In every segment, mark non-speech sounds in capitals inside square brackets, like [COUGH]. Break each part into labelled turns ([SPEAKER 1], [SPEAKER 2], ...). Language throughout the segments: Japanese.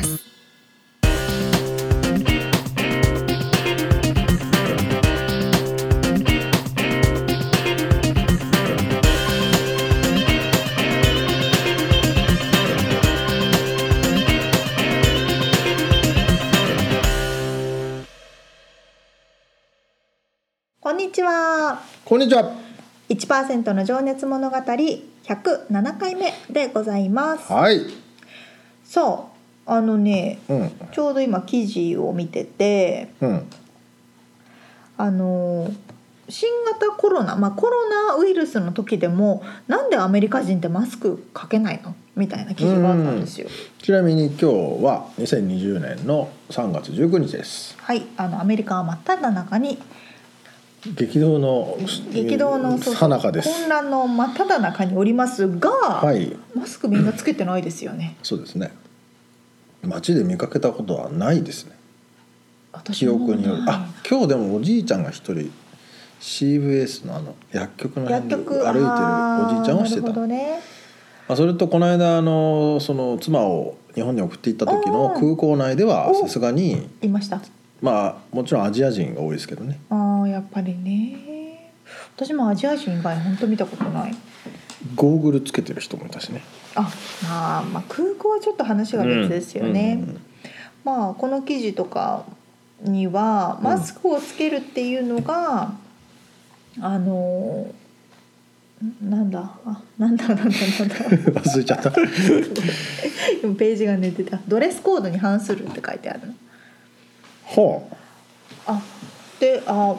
[SPEAKER 1] すこんにちは
[SPEAKER 2] こんにちは。
[SPEAKER 1] 1%の情熱物語107回目でございます
[SPEAKER 2] はい。
[SPEAKER 1] そうあのね
[SPEAKER 2] うん。
[SPEAKER 1] ちょうど今記事を見てて
[SPEAKER 2] うん。
[SPEAKER 1] あの新型コロナ、まあ、コロナウイルスの時でもなんでアメリカ人ってマスクかけないのみたいな記事があったんですよ。
[SPEAKER 2] ちなみに今日は2020年の3月19日です。
[SPEAKER 1] はい、あのアメリカは真っ只中に
[SPEAKER 2] 激動の
[SPEAKER 1] 激動のそう
[SPEAKER 2] さなかです。
[SPEAKER 1] 混乱の真っ只中におりますが、
[SPEAKER 2] はい。
[SPEAKER 1] マスクみんなつけてないですよね。
[SPEAKER 2] そうですね。街で見かけたことはないですね。
[SPEAKER 1] 私
[SPEAKER 2] 記
[SPEAKER 1] も
[SPEAKER 2] 憶による
[SPEAKER 1] な。い
[SPEAKER 2] あ、今日でもおじいちゃんが一人 CVS のあの薬局の
[SPEAKER 1] 薬
[SPEAKER 2] 辺で歩いて
[SPEAKER 1] 局
[SPEAKER 2] るおじいちゃんをし
[SPEAKER 1] あーな
[SPEAKER 2] て
[SPEAKER 1] るほ
[SPEAKER 2] た。
[SPEAKER 1] どね。
[SPEAKER 2] あそれとこの間あのその妻を日本に送っていった時の空港内では
[SPEAKER 1] お
[SPEAKER 2] さすがに
[SPEAKER 1] いました。
[SPEAKER 2] まあもちろんアジア人が多いですけどね。
[SPEAKER 1] ああやっぱりね。私もアジア人以外本当見たことない。
[SPEAKER 2] ゴーグルつけてる人もいたしね。
[SPEAKER 1] あ、まあ、まあ空港はちょっと話が別ですよね。
[SPEAKER 2] うんうん
[SPEAKER 1] まあこの記事とかには
[SPEAKER 2] うん
[SPEAKER 1] マスクをつけるっていうのが、あのんなんだあなんだなんだなんだ [LAUGHS]
[SPEAKER 2] うん忘れちゃった。
[SPEAKER 1] でもページが寝てたドレスコードに反するって書いてあるの
[SPEAKER 2] ほ
[SPEAKER 1] あであんんっ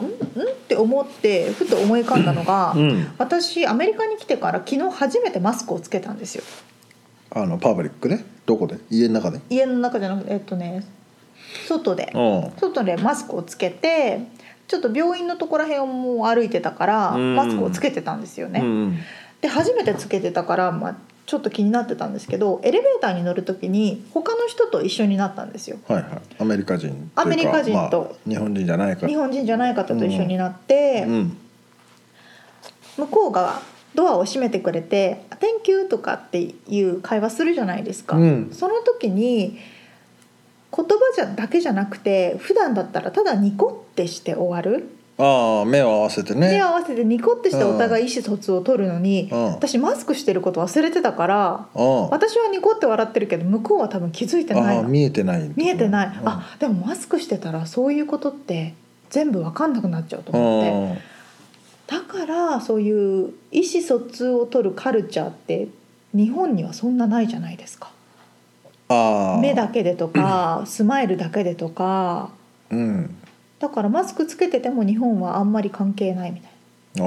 [SPEAKER 1] て思ってふと思い浮かんだのが、
[SPEAKER 2] う。うん。
[SPEAKER 1] 私アメリカに来てから昨日初めてマスクをつけたんですよ
[SPEAKER 2] あのパブリックね。どこで？家の中で。
[SPEAKER 1] 家の中じゃなくてえっとね外で
[SPEAKER 2] うん。
[SPEAKER 1] 外でマスクをつけてちょっと病院のとこら辺をもう歩いてたから
[SPEAKER 2] うん
[SPEAKER 1] マスクをつけてたんですよね。
[SPEAKER 2] うん
[SPEAKER 1] で初めてつけてたから、まあ、ちょっと気になってたんですけどエレベーターに乗る時に他の人と一緒になったんですよ。
[SPEAKER 2] はいはい。アメリカ人というか。
[SPEAKER 1] アメリカ人と
[SPEAKER 2] まあ日本人じゃないか。
[SPEAKER 1] 日本人じゃない方と一緒になって、
[SPEAKER 2] うん。
[SPEAKER 1] 向こうがドアを閉めてくれて「Thank you」とかっていう会話するじゃないですか。
[SPEAKER 2] うん
[SPEAKER 1] その時に言葉じゃだけじゃなくて普段だったらただニコってして終わる
[SPEAKER 2] ああ目を合わせてね。
[SPEAKER 1] 手を合わせてニコってしてお互い意思疎通を取るのに、
[SPEAKER 2] うん
[SPEAKER 1] 私マスクしてること忘れてたから
[SPEAKER 2] あ
[SPEAKER 1] 私はニコって笑ってるけど向こうは多分気づいて
[SPEAKER 2] あ。
[SPEAKER 1] ない
[SPEAKER 2] ああ
[SPEAKER 1] の見
[SPEAKER 2] 見えてない。
[SPEAKER 1] えてない、
[SPEAKER 2] うん。
[SPEAKER 1] あでもマスクしてたらそういうことって全部わかんなくなっちゃうと
[SPEAKER 2] う
[SPEAKER 1] 思って
[SPEAKER 2] ん。
[SPEAKER 1] だからそういう意思疎通を取るカルチャーって日本にはそんなないじゃないですか
[SPEAKER 2] ああ。
[SPEAKER 1] 目だ。けでとか [CLEARS THROAT] スマイルだけでとか
[SPEAKER 2] うん。
[SPEAKER 1] だからマスクつけてても日本はあんまり関係ないみたいな。
[SPEAKER 2] あ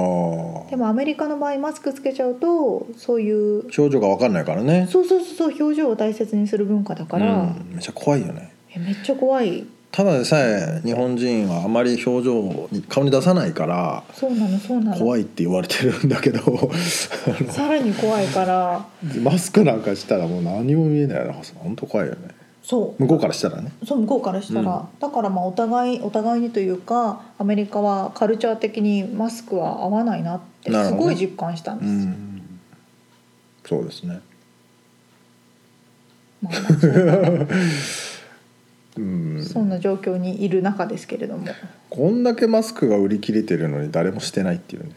[SPEAKER 2] あ。
[SPEAKER 1] でもアメリカの場合マスクつけちゃうとそういう
[SPEAKER 2] 症状がわかんないからね。
[SPEAKER 1] そうそうそうそう表情を大切にする文化だから、
[SPEAKER 2] うんめっちゃ怖いよね。
[SPEAKER 1] えめっちゃ怖い
[SPEAKER 2] ただでさえ日本人はあまり表情を顔に出さないから。
[SPEAKER 1] そうなのそうなの
[SPEAKER 2] 怖いって言われてるんだけど [LAUGHS] あ
[SPEAKER 1] さらに怖いから
[SPEAKER 2] のマスクなんかしたらもう何も見えないよね本当怖いよね
[SPEAKER 1] そう
[SPEAKER 2] 向こうからしたらね
[SPEAKER 1] そう向こうからしたら、だからまあお互いお互いにというかアメリカはカルチャー的にマスクは合わないなって
[SPEAKER 2] なる
[SPEAKER 1] す
[SPEAKER 2] ほど
[SPEAKER 1] ご
[SPEAKER 2] ね
[SPEAKER 1] い実感したんで
[SPEAKER 2] う
[SPEAKER 1] す、
[SPEAKER 2] んそうですね
[SPEAKER 1] まあまあそんな
[SPEAKER 2] うん
[SPEAKER 1] そんな状況にいる中ですけれ
[SPEAKER 2] [LAUGHS]
[SPEAKER 1] ども
[SPEAKER 2] こんだけマスクが売り切れてるのに誰もしてないっていうね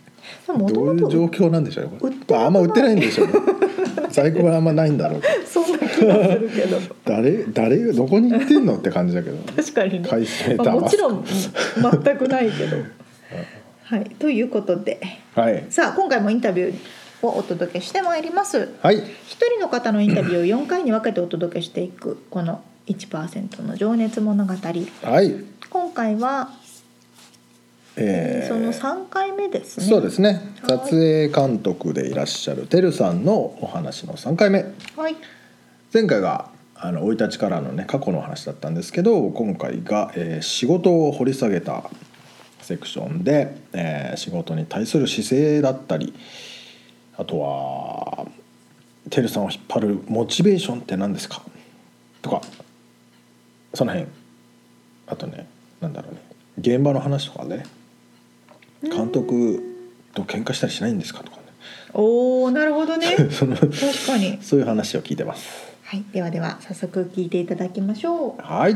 [SPEAKER 1] でも
[SPEAKER 2] どういう
[SPEAKER 1] 元
[SPEAKER 2] 状
[SPEAKER 1] 々
[SPEAKER 2] 況なんでしょうねこ
[SPEAKER 1] 売
[SPEAKER 2] れ
[SPEAKER 1] ってなくない
[SPEAKER 2] まあ、あんま売ってないんでしょうね [LAUGHS] 在庫があんまないんだろうけ
[SPEAKER 1] [LAUGHS]
[SPEAKER 2] ど
[SPEAKER 1] そんな気がするけ
[SPEAKER 2] [LAUGHS]
[SPEAKER 1] ど
[SPEAKER 2] 誰誰がどこに行ってんのって感じだけど
[SPEAKER 1] 確かにね
[SPEAKER 2] 買い占め
[SPEAKER 1] まあ、
[SPEAKER 2] た
[SPEAKER 1] も
[SPEAKER 2] マ
[SPEAKER 1] ち
[SPEAKER 2] スク
[SPEAKER 1] ろん全くない
[SPEAKER 2] [LAUGHS]
[SPEAKER 1] けど。はい、ということで
[SPEAKER 2] はい
[SPEAKER 1] さあ今回もインタビューをお届けしてまいります。
[SPEAKER 2] はい
[SPEAKER 1] 一人の方のインタビューを4回に分けてお届けしていくこの1%の情熱物語
[SPEAKER 2] はい
[SPEAKER 1] 今回は、
[SPEAKER 2] えー、
[SPEAKER 1] その3回目ですね
[SPEAKER 2] そうですね
[SPEAKER 1] はい
[SPEAKER 2] 撮影監督でいらっしゃるてるさんのお話の3回目
[SPEAKER 1] はい
[SPEAKER 2] 前回があの生い立ちからのね過去の話だったんですけど今回が、えー仕事を掘り下げたセクションで、えー仕事に対する姿勢だったりあとはてるさんを引っ張るモチベーションって何ですかとかその辺あとねなんだろうね現場の話とかね監督と喧嘩したりしないんですかとかね [LAUGHS]
[SPEAKER 1] おおなるほど [LAUGHS] ね確
[SPEAKER 2] その
[SPEAKER 1] かに
[SPEAKER 2] そういう話を聞いてます。
[SPEAKER 1] はいではでは早速聞いていただきましょう
[SPEAKER 2] はい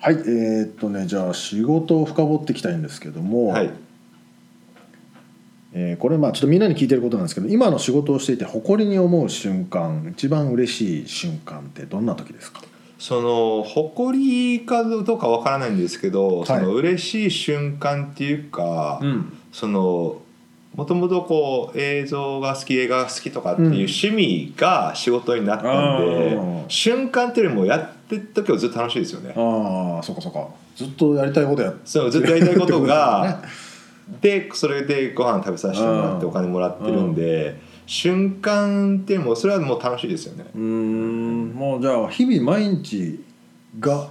[SPEAKER 2] はい、えーっとねじゃあ仕事を深掘っていきたいんですけども、
[SPEAKER 3] はい
[SPEAKER 2] えーこれまあちょっとみんなに聞いてることなんですけど今の仕事をしていて誇りに思う瞬間一番嬉しい瞬間ってどんな時ですか
[SPEAKER 3] その誇りかどうかわからないんですけど、
[SPEAKER 2] い
[SPEAKER 3] その嬉しい瞬間っていうか、
[SPEAKER 2] ん
[SPEAKER 3] そのもともとこう映像が好き映画が好きとかっていう
[SPEAKER 2] うん
[SPEAKER 3] 趣味が仕事になったんで、
[SPEAKER 2] あー
[SPEAKER 3] 瞬間っていうよりもやってる時はずっと楽しいですよね。
[SPEAKER 2] ああそうかそうかずっとやりたいことや
[SPEAKER 3] そうずっとやりたいこと
[SPEAKER 2] [LAUGHS]
[SPEAKER 3] がでそれでご飯食べさせてもらって
[SPEAKER 2] うん
[SPEAKER 3] お金もらってるんで、瞬間っていうのもそれはもう楽しいですよね。
[SPEAKER 2] うーんもうじゃあ日々毎日が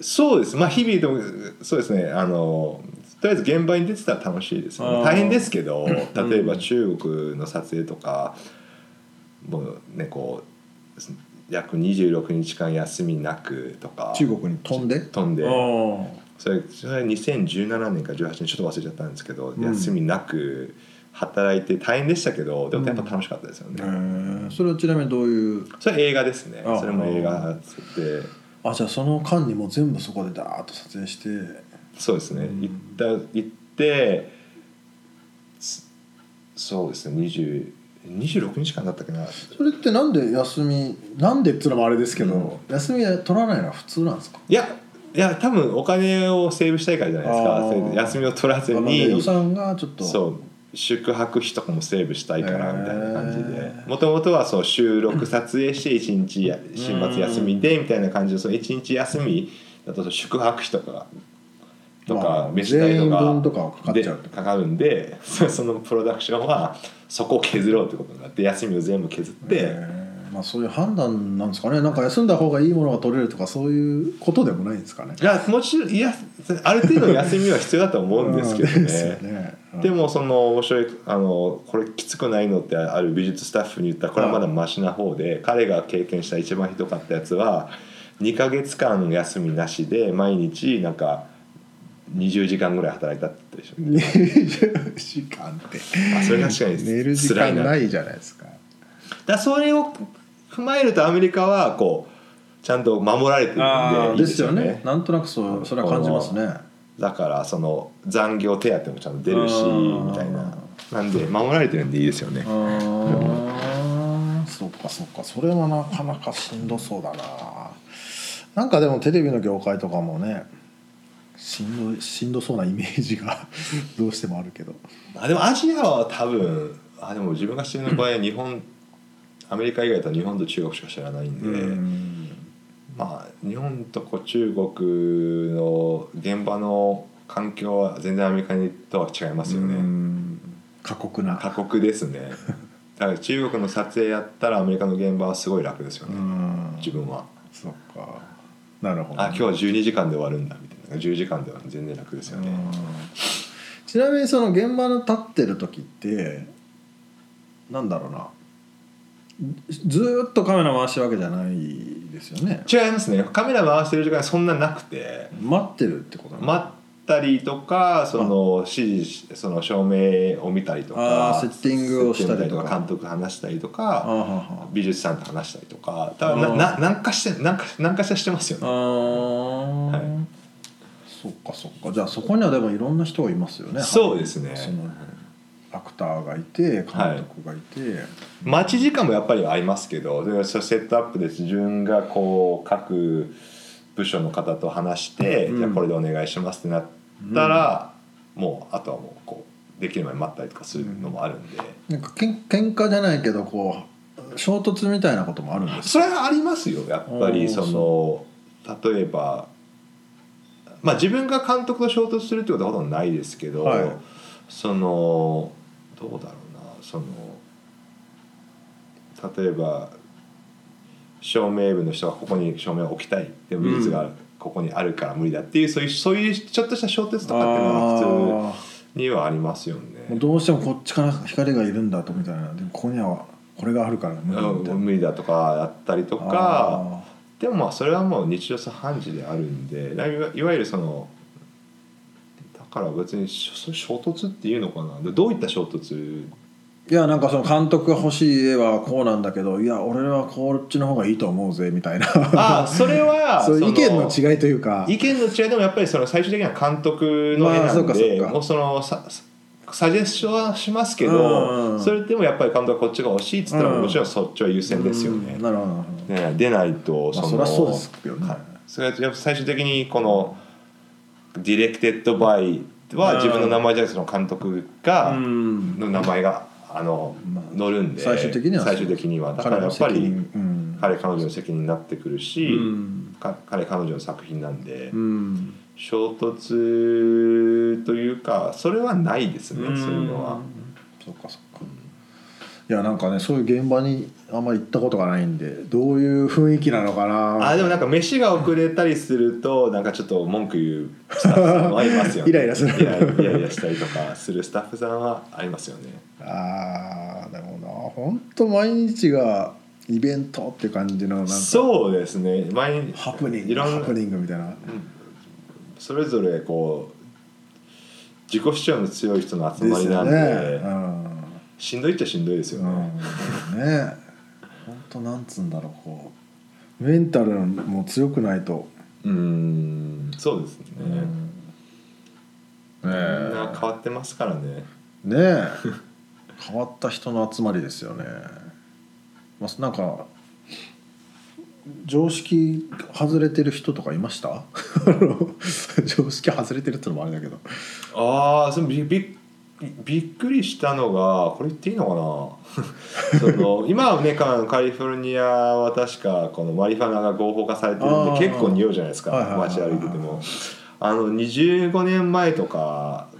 [SPEAKER 3] そうですまあ日々でもそうですねあのとりあえず現場に出てたら楽しいですよ
[SPEAKER 2] あ
[SPEAKER 3] ね
[SPEAKER 2] ー
[SPEAKER 3] 大変ですけど
[SPEAKER 2] ん
[SPEAKER 3] 例えば中国の撮影とかもうねこうす約26日間休みなくとか
[SPEAKER 2] 中国に飛んで
[SPEAKER 3] 飛んで
[SPEAKER 2] あー
[SPEAKER 3] それそれ2017年か18年ちょっと忘れちゃったんですけど、
[SPEAKER 2] うん
[SPEAKER 3] 休みなく働いて大変でしたけどでもやっぱ楽しかったですよ
[SPEAKER 2] え
[SPEAKER 3] ね、
[SPEAKER 2] ーそれはちなみにどういう
[SPEAKER 3] それ映画ですね
[SPEAKER 2] あ
[SPEAKER 3] それも映画撮って
[SPEAKER 2] あじゃあその間にもう全部そこでダーッと撮影して
[SPEAKER 3] そうですね
[SPEAKER 2] うん
[SPEAKER 3] 行った行ってすそうですね20 26日間だったっけな
[SPEAKER 2] それってなんで休みなんでっつうのもあれですけど、
[SPEAKER 3] う
[SPEAKER 2] 休みは取らないのは普通なんですか
[SPEAKER 3] いやいや多分お金をセーブしたいからじゃないです
[SPEAKER 2] あ
[SPEAKER 3] か
[SPEAKER 2] ー
[SPEAKER 3] それで休みを取らず
[SPEAKER 2] なので予
[SPEAKER 3] に
[SPEAKER 2] 算がちょっと
[SPEAKER 3] そう宿泊費とかもセーブしたいからみたいな感じ
[SPEAKER 2] へ
[SPEAKER 3] で
[SPEAKER 2] ー
[SPEAKER 3] もともとはそう収録撮影して1日や週末休みでみたいな感じでその1日休みだと宿泊費とかと
[SPEAKER 2] ま
[SPEAKER 3] か
[SPEAKER 2] あ
[SPEAKER 3] 飯代と
[SPEAKER 2] 全員
[SPEAKER 3] か
[SPEAKER 2] 分とかはかかっ
[SPEAKER 3] で
[SPEAKER 2] ちゃうってこと
[SPEAKER 3] かかるんで [LAUGHS] そそのプロダクションはそこを削ろうってことになって休みを全部削って
[SPEAKER 2] えーまあ、そういう判断なんですかねなんか休んだ方がいいものが取れるとかそういうことでもないんですかね
[SPEAKER 3] いやもちろんいやある程度の休みは必要だと思うんですけど
[SPEAKER 2] うんですよ
[SPEAKER 3] ね。
[SPEAKER 2] ねうん
[SPEAKER 3] でもその面白いあのこれきつくないのってある美術スタッフに言ったらこれはまだマシな方で彼が経験した一番ひどかったやつは2ヶ月間休みなしで毎日なんか20時間ぐらい働いたって言ってるで
[SPEAKER 2] 20時
[SPEAKER 3] し
[SPEAKER 2] 間って
[SPEAKER 3] ょあそれ確かに
[SPEAKER 2] 寝る時
[SPEAKER 3] 辛
[SPEAKER 2] 間
[SPEAKER 3] いな
[SPEAKER 2] な
[SPEAKER 3] だか
[SPEAKER 2] いじゃないですから
[SPEAKER 3] それを踏まえるとアメリカはこうちゃんと守られてるんでいい
[SPEAKER 2] ですよねなんとなくそうそれは感じますね
[SPEAKER 3] だからその残業手当もちゃんと出るし
[SPEAKER 2] あー
[SPEAKER 3] みたいななんで守られてるんでいいですよね
[SPEAKER 2] ああそっかそっかそれはなかなかしんどそうだななんかでもテレビの業界とかもねしんどいしんどそうなイメージが [LAUGHS] どうしてもあるけど
[SPEAKER 3] あでもアジアは多分あでも自分が知ってる場合は日本アメリカ以外だと日本と中国しか知らないんで、まあ日本とこう中国の現場の環境は全然アメリカとは違いますよね、
[SPEAKER 2] うん過酷な
[SPEAKER 3] 過酷ですねだから中国の撮影やったらアメリカの現場はすごい楽ですよ
[SPEAKER 2] う
[SPEAKER 3] ね、
[SPEAKER 2] ん
[SPEAKER 3] 自分は
[SPEAKER 2] そっかなるほど
[SPEAKER 3] あ今日は12時間で終わるんだみたいな10時間では全然楽ですよね、
[SPEAKER 2] うんちなみにその現場の立ってる時ってなんだろうなずーっとカメラ回してるわけじゃないですよね
[SPEAKER 3] 違いますねカメラ回してる時間そんななくて
[SPEAKER 2] 待ってるってことなの
[SPEAKER 3] 待ったりとかその指示しその照明を見たりと
[SPEAKER 2] あ
[SPEAKER 3] か
[SPEAKER 2] ーセッティングをしたりとか
[SPEAKER 3] セッティング見監督と話したりと
[SPEAKER 2] あは
[SPEAKER 3] か
[SPEAKER 2] は
[SPEAKER 3] 美術さんと話したりとか多分な
[SPEAKER 2] あー
[SPEAKER 3] な何かして何か何かしらしてますよ
[SPEAKER 2] あ
[SPEAKER 3] ね。
[SPEAKER 2] ー
[SPEAKER 3] はい
[SPEAKER 2] そっかそっかじゃあそこにはでもいろんな人がいますよね
[SPEAKER 3] そうですね
[SPEAKER 2] そのアクターがいて監督がいて、
[SPEAKER 3] 待ち時間もやっぱりありますけどでそれセットアップで自分がこう各部署の方と話して、
[SPEAKER 2] うん
[SPEAKER 3] じゃあこれでお願いしますってなったら、もうあとはもうこうできるまで待ったりとかするのもあるんで。
[SPEAKER 2] なんかけん喧嘩じゃないけどこう衝突みたいなこともあるんです
[SPEAKER 3] それはありますよやっぱ
[SPEAKER 2] お
[SPEAKER 3] り
[SPEAKER 2] ー
[SPEAKER 3] その例えばまあ自分が監督と衝突するってことはほとんどないですけど、
[SPEAKER 2] はい
[SPEAKER 3] そのどうだろうなその例えば照明部の人がここに照明を置きたいでも技術がここにあるから無理だっていう、そういうそういうちょっとした衝突とかっていうのは
[SPEAKER 2] あ
[SPEAKER 3] 普通にはありますよね
[SPEAKER 2] ー。もうどうしてもこっちから光がいるんだとみたいなでもここにはこれがあるから無理みた
[SPEAKER 3] う
[SPEAKER 2] い
[SPEAKER 3] ん
[SPEAKER 2] な
[SPEAKER 3] 無理だとかだったりとか。
[SPEAKER 2] あ
[SPEAKER 3] でもまあそれはもう日常茶飯事であるんでだいぶいわゆるそのだから別にしそれ衝突っていうのかなでどういった衝突
[SPEAKER 2] ーいやなんかその監督が欲しい絵はこうなんだけどいや俺はこっちの方がいいと思うぜみたいな [LAUGHS]
[SPEAKER 3] あ [LAUGHS] それは
[SPEAKER 2] そういう意見の
[SPEAKER 3] い
[SPEAKER 2] 違いというか
[SPEAKER 3] 意見の違いでもやっぱりその最終的には監督の絵
[SPEAKER 2] まあ
[SPEAKER 3] な
[SPEAKER 2] そう
[SPEAKER 3] の
[SPEAKER 2] かそ
[SPEAKER 3] で、
[SPEAKER 2] うか
[SPEAKER 3] もうそのさサジェスションはしますけ
[SPEAKER 2] うんうんう
[SPEAKER 3] ど
[SPEAKER 2] ん
[SPEAKER 3] それでもやっぱり監督はこっちが欲しいっつったらもちろんそっちは優先ですよね
[SPEAKER 2] うん。なるほどなるほど
[SPEAKER 3] ね出ないと
[SPEAKER 2] まあ
[SPEAKER 3] の
[SPEAKER 2] そりゃそうですよね
[SPEAKER 3] はいそれはやっぱ最終的にこの「ディレクテッド・バイ」
[SPEAKER 2] うん
[SPEAKER 3] は自分の名前じゃなくてその監督が
[SPEAKER 2] うん
[SPEAKER 3] の名前があの
[SPEAKER 2] まあ
[SPEAKER 3] 乗るんで
[SPEAKER 2] 最終的には
[SPEAKER 3] 最終的にはだから
[SPEAKER 2] 彼の
[SPEAKER 3] やっぱ
[SPEAKER 2] 責
[SPEAKER 3] り
[SPEAKER 2] 任うん
[SPEAKER 3] 彼彼女の責任になってくるし、
[SPEAKER 2] うん
[SPEAKER 3] か彼彼女の作品なんで、
[SPEAKER 2] うん
[SPEAKER 3] 衝突というかそれはないですね、そういうのは。
[SPEAKER 2] そっかそっかいやなんかねそういう現場にあんまり行ったことがないんでどういう雰囲気なのかな
[SPEAKER 3] あでもなんか飯が遅れたりするとなんかちょっと文句言うスタッフさんはいますよ
[SPEAKER 2] [LAUGHS]
[SPEAKER 3] ね
[SPEAKER 2] イライラする
[SPEAKER 3] イライライラしたりとかするスタッフさんはありますよね
[SPEAKER 2] あーでもな本当毎日がイベントって感じのなんか
[SPEAKER 3] そうですね毎日
[SPEAKER 2] ハプニン
[SPEAKER 3] い
[SPEAKER 2] グ
[SPEAKER 3] ろん
[SPEAKER 2] ハ
[SPEAKER 3] な
[SPEAKER 2] プニングみたいな
[SPEAKER 3] それぞれこう自己主張の強い人の集
[SPEAKER 2] で
[SPEAKER 3] ますりな
[SPEAKER 2] よ
[SPEAKER 3] んで
[SPEAKER 2] ねうん
[SPEAKER 3] しんどいっちゃしんどいですよ
[SPEAKER 2] う
[SPEAKER 3] ね、
[SPEAKER 2] んね本当なんつうんだろうこうメンタルも強くないと、
[SPEAKER 3] うーんそうですね、
[SPEAKER 2] うんね
[SPEAKER 3] みん
[SPEAKER 2] え
[SPEAKER 3] な変わってますからね
[SPEAKER 2] ねえ [LAUGHS] 変わった人の集まりですよね、まあ、なんか常識外れてる人とかいました [LAUGHS] あの常識外れてるってのもあれだけど
[SPEAKER 3] ああそのびびびっくりしたのがこれ言っていいの [LAUGHS] かなその今はねカカリフォルニアは確かこのマリファナが合法化されてる
[SPEAKER 2] あ
[SPEAKER 3] ん
[SPEAKER 2] ー
[SPEAKER 3] で結構匂うじゃないですか、
[SPEAKER 2] はいはいはいはい
[SPEAKER 3] 街歩いててもあの25年前とか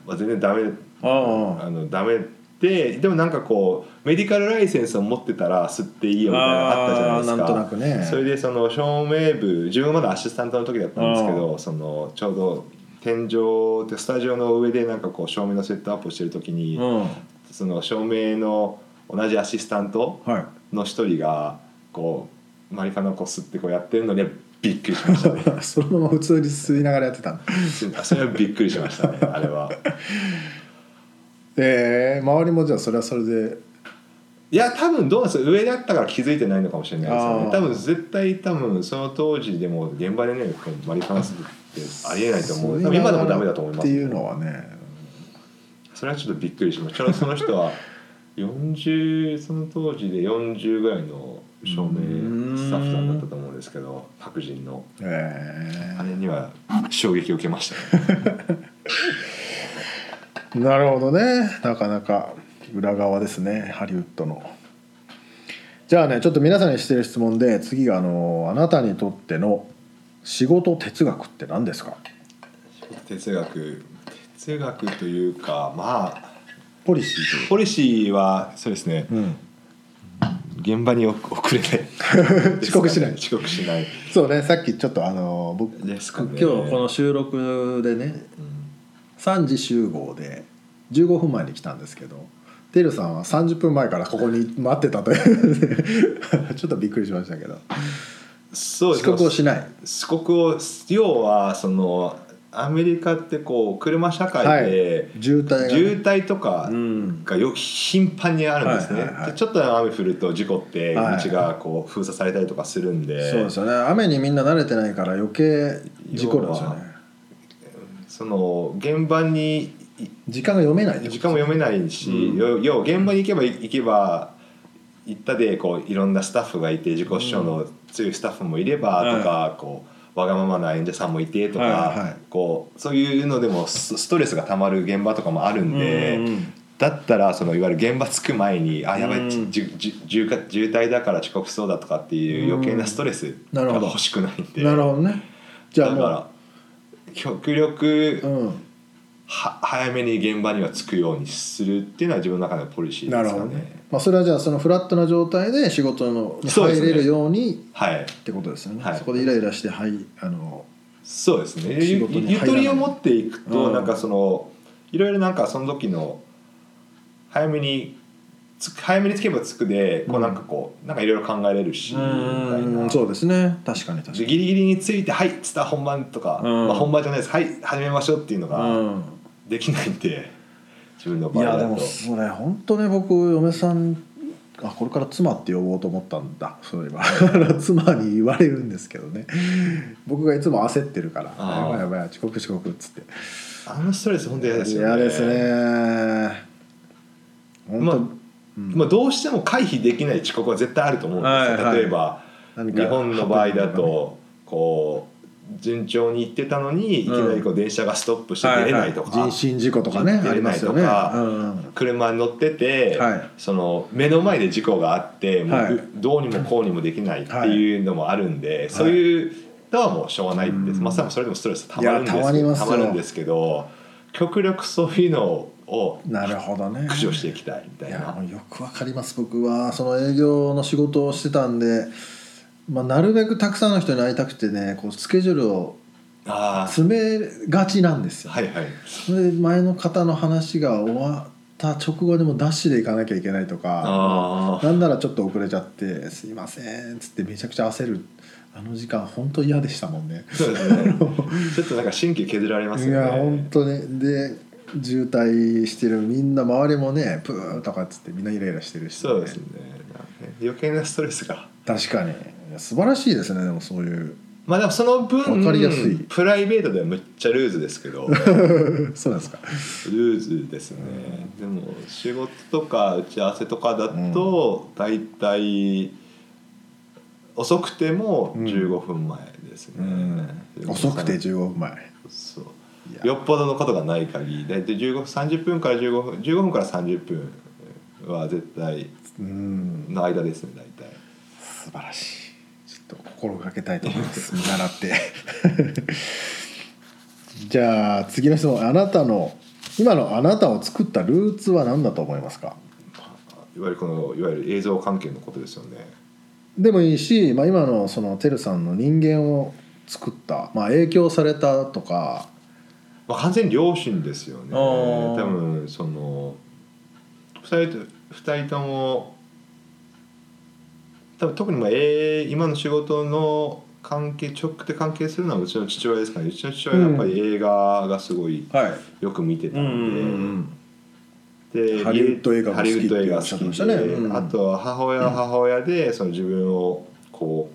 [SPEAKER 3] は全然ダメ
[SPEAKER 2] あ
[SPEAKER 3] あのダメででもなんかこうメディカルライセンスを持ってたら吸っていいよみたいなのあったじゃないですか
[SPEAKER 2] なんとなくね
[SPEAKER 3] それでその照明部自分はまだアシスタントの時だったんですけどそのちょうど天井でスタジオの上でなんかこう照明のセットアップをしてる時に、
[SPEAKER 2] うんは
[SPEAKER 3] その照明の同じアシスタント
[SPEAKER 2] い [LAUGHS]
[SPEAKER 3] の一人がこうマリファナをこすってこうやってるのでびっくりしました
[SPEAKER 2] [LAUGHS]
[SPEAKER 3] ね
[SPEAKER 2] そのまま普通に吸いながらやってたの
[SPEAKER 3] それはびっくりしましたねあれは。
[SPEAKER 2] ええ周りもじゃあそれはそれで
[SPEAKER 3] いや多分どうなんですか上だったから気づいてないのかもしれないですよ
[SPEAKER 2] あー
[SPEAKER 3] ね多分絶対多分その当時でも現場でねこうマリファナスってありえないと思う多分今でもダメだと思い
[SPEAKER 2] っ
[SPEAKER 3] ま
[SPEAKER 2] てい
[SPEAKER 3] す
[SPEAKER 2] うのはね
[SPEAKER 3] それはちょっとびっくりしましたその人は40その当時で40ぐらいの照明スタッフさんだったと思うんですけど白人の
[SPEAKER 2] え
[SPEAKER 3] あれには衝撃を受けました、ね、
[SPEAKER 2] えなるほどねなかなか裏側ですねハリウッドのじゃあねちょっと皆さんにしてる質問で次があの「あなたにとっての仕事哲学って何ですか?
[SPEAKER 3] 哲学哲学というかまあ」
[SPEAKER 2] ポリシーという
[SPEAKER 3] ポリシーはそうですね、
[SPEAKER 2] うん、
[SPEAKER 3] 現場に [LAUGHS] 遅れない
[SPEAKER 2] 遅刻しない
[SPEAKER 3] 遅刻しない
[SPEAKER 2] そうねさっきちょっとあの僕
[SPEAKER 3] ですかね
[SPEAKER 2] 今日この収録でね3時集合で15分前に来たんですけどテルさんは30分前からここに待ってたという [LAUGHS] ちょっとびっくりしましたけど
[SPEAKER 3] そうです
[SPEAKER 2] 遅刻をしない
[SPEAKER 3] 遅刻を要はそのアメリカってこう車社会で、
[SPEAKER 2] 渋滞がね、
[SPEAKER 3] 渋滞とか
[SPEAKER 2] うん
[SPEAKER 3] がよ頻繁にあるんですね、
[SPEAKER 2] はいはいはい
[SPEAKER 3] でちょっと雨降ると事故って道
[SPEAKER 2] はい
[SPEAKER 3] がこう封鎖されたりとかするんで、
[SPEAKER 2] そうですよね雨にみんな慣れてないから余計事故るんですよね
[SPEAKER 3] 要その現場にい
[SPEAKER 2] 時間が読めないってこと
[SPEAKER 3] [LAUGHS] 時間も読めないし、
[SPEAKER 2] うん
[SPEAKER 3] よ要は現場に行けば行けば行ったでこういろんなスタッフがいて自己主張の強いスタッフもいればとか、こうわがままな演者さんもいてとか、
[SPEAKER 2] はいはい
[SPEAKER 3] こうそういうのでもスストレスがたまる現場とかもあるんで、
[SPEAKER 2] うんうん
[SPEAKER 3] だったらそのいわゆる現場着く前にあやばい、
[SPEAKER 2] うん
[SPEAKER 3] じじじ渋滞渋滞だから遅刻しそうだとかっていう余計なストレス
[SPEAKER 2] な
[SPEAKER 3] が
[SPEAKER 2] るほど
[SPEAKER 3] 欲しくないんで
[SPEAKER 2] なるほどねじゃあ
[SPEAKER 3] だから
[SPEAKER 2] も
[SPEAKER 3] 極力
[SPEAKER 2] う、うん、
[SPEAKER 3] は早めに現場には着くようにするっていうのは自分の中のポリシー
[SPEAKER 2] な
[SPEAKER 3] で
[SPEAKER 2] る
[SPEAKER 3] す
[SPEAKER 2] ほ
[SPEAKER 3] か
[SPEAKER 2] ど
[SPEAKER 3] ね
[SPEAKER 2] ね、まあ、それはじゃあそのフラットな状態で仕事のに
[SPEAKER 3] そうです
[SPEAKER 2] 入
[SPEAKER 3] ね
[SPEAKER 2] れるように
[SPEAKER 3] はい
[SPEAKER 2] ってことですよねそ
[SPEAKER 3] はい
[SPEAKER 2] こでイライラしてはいあの
[SPEAKER 3] そうですね
[SPEAKER 2] 仕
[SPEAKER 3] ゆ
[SPEAKER 2] 事に入
[SPEAKER 3] ゆ
[SPEAKER 2] らない
[SPEAKER 3] とりを持っていくと、
[SPEAKER 2] うん
[SPEAKER 3] なんかそのいろいろなんかその時の早めにつ早めにつけばつくでこ
[SPEAKER 2] う
[SPEAKER 3] うんなんかこうなんかいろいろ考えれるしみたい
[SPEAKER 2] うん
[SPEAKER 3] な
[SPEAKER 2] そうですね確かに確か
[SPEAKER 3] で
[SPEAKER 2] に
[SPEAKER 3] ギリギリについて「はいスター本番」とか、
[SPEAKER 2] うん
[SPEAKER 3] まあ、本番じゃないです「はい始めましょう」っていうの
[SPEAKER 2] う
[SPEAKER 3] が
[SPEAKER 2] ん
[SPEAKER 3] できないんで自分の
[SPEAKER 2] い
[SPEAKER 3] 場合
[SPEAKER 2] や
[SPEAKER 3] だ
[SPEAKER 2] で
[SPEAKER 3] と
[SPEAKER 2] もそれ本当ね僕嫁さんあこれから妻って呼ぼうと思ったんだそういえば [LAUGHS] あの妻に言われるんですけどね僕がいつも焦ってるから「や
[SPEAKER 3] あー
[SPEAKER 2] ばいやばい遅刻遅刻」っつって
[SPEAKER 3] あのストレス本当に嫌ですよね
[SPEAKER 2] 嫌ですね本
[SPEAKER 3] まあ
[SPEAKER 2] 当、うん
[SPEAKER 3] まあ、どうしても回避できない遅刻は絶対あると思うんですよ、
[SPEAKER 2] はいはい
[SPEAKER 3] 例えば
[SPEAKER 2] 何か
[SPEAKER 3] 日本の場合だとこう順調に行ってたのにいきなりこう電車がストップして出れないとか、
[SPEAKER 2] 人身事故とかね
[SPEAKER 3] 出れない
[SPEAKER 2] あ
[SPEAKER 3] とか
[SPEAKER 2] りますよね、うん
[SPEAKER 3] 車に乗ってて、
[SPEAKER 2] はい
[SPEAKER 3] その目の前で事故があってもう、
[SPEAKER 2] はい
[SPEAKER 3] どうにもこうにもできないっていうのもあるんで、そういうのはもうしょうがないんです、
[SPEAKER 2] うん
[SPEAKER 3] まあ、それはそれでもストレスたまるんです
[SPEAKER 2] いやたまりますよ
[SPEAKER 3] たまるんですけど極力そういうのを
[SPEAKER 2] なるほどね
[SPEAKER 3] 駆除していきたいみたい
[SPEAKER 2] い
[SPEAKER 3] な。
[SPEAKER 2] やもうよくわかります僕はその営業の仕事をしてたんで、まあ、なるべくたくさんの人に会いたくてねこうスケジュールを
[SPEAKER 3] あ
[SPEAKER 2] 詰めがちなんです
[SPEAKER 3] あ
[SPEAKER 2] よ、
[SPEAKER 3] はいはい
[SPEAKER 2] それで前の方の話が終わった直後でもダッシュで行かなきゃいけないとか
[SPEAKER 3] あ
[SPEAKER 2] なんならちょっと遅れちゃって「すいません」っつってめちゃくちゃ焦るあの時間本当嫌でしたもんね
[SPEAKER 3] あそうですねちょっとなんか神経削られます
[SPEAKER 2] い
[SPEAKER 3] よね
[SPEAKER 2] や本当にで渋滞してるみんな周りもねプーとかっつってみんなイライラしてるし、
[SPEAKER 3] そうですね余計なストレスが
[SPEAKER 2] 確かにいや素晴らしいですねでもそういう [LAUGHS]
[SPEAKER 3] まあでもその分
[SPEAKER 2] わかりやすい
[SPEAKER 3] プライベートではむっちゃルーズです
[SPEAKER 2] [LAUGHS]
[SPEAKER 3] けど
[SPEAKER 2] そうなんですか
[SPEAKER 3] ルーズですねでも仕事とか打ち合わせとかだと大体遅くても15分前ですね、
[SPEAKER 2] 遅くて15分前
[SPEAKER 3] そう
[SPEAKER 2] いや
[SPEAKER 3] よっぽどのことがない限り大体15分30分から15分15分から30分は絶対
[SPEAKER 2] うん
[SPEAKER 3] の間ですね大体
[SPEAKER 2] 素晴らしいちょっと心がけたいと思います見 [LAUGHS] 習って [LAUGHS] じゃあ次の質問あなたの今のあなたを作ったルーツは何だと思いますか
[SPEAKER 3] いわゆるこのいわゆる映像関係のことですよね
[SPEAKER 2] でもいいし、まあ、今のそのてるさんの人間を作った、まあ、影響されたとか
[SPEAKER 3] まあ、完全に両親ですよね
[SPEAKER 2] あー
[SPEAKER 3] 多分その2人と二人とも多分特にまあ、えー今の仕事の関係直で関係するのはうちの父親ですかねうちの父親はやっぱり映画がすごい
[SPEAKER 2] はい
[SPEAKER 3] よく見てたんで、で
[SPEAKER 2] ハリウッド映画も
[SPEAKER 3] ハ
[SPEAKER 2] 好き
[SPEAKER 3] リ
[SPEAKER 2] っ
[SPEAKER 3] ウ
[SPEAKER 2] て
[SPEAKER 3] ッド映
[SPEAKER 2] お
[SPEAKER 3] 画
[SPEAKER 2] っ
[SPEAKER 3] 好
[SPEAKER 2] しゃっ
[SPEAKER 3] き
[SPEAKER 2] てましたね
[SPEAKER 3] で、
[SPEAKER 2] うん
[SPEAKER 3] あとは母親は母親でその自分をこ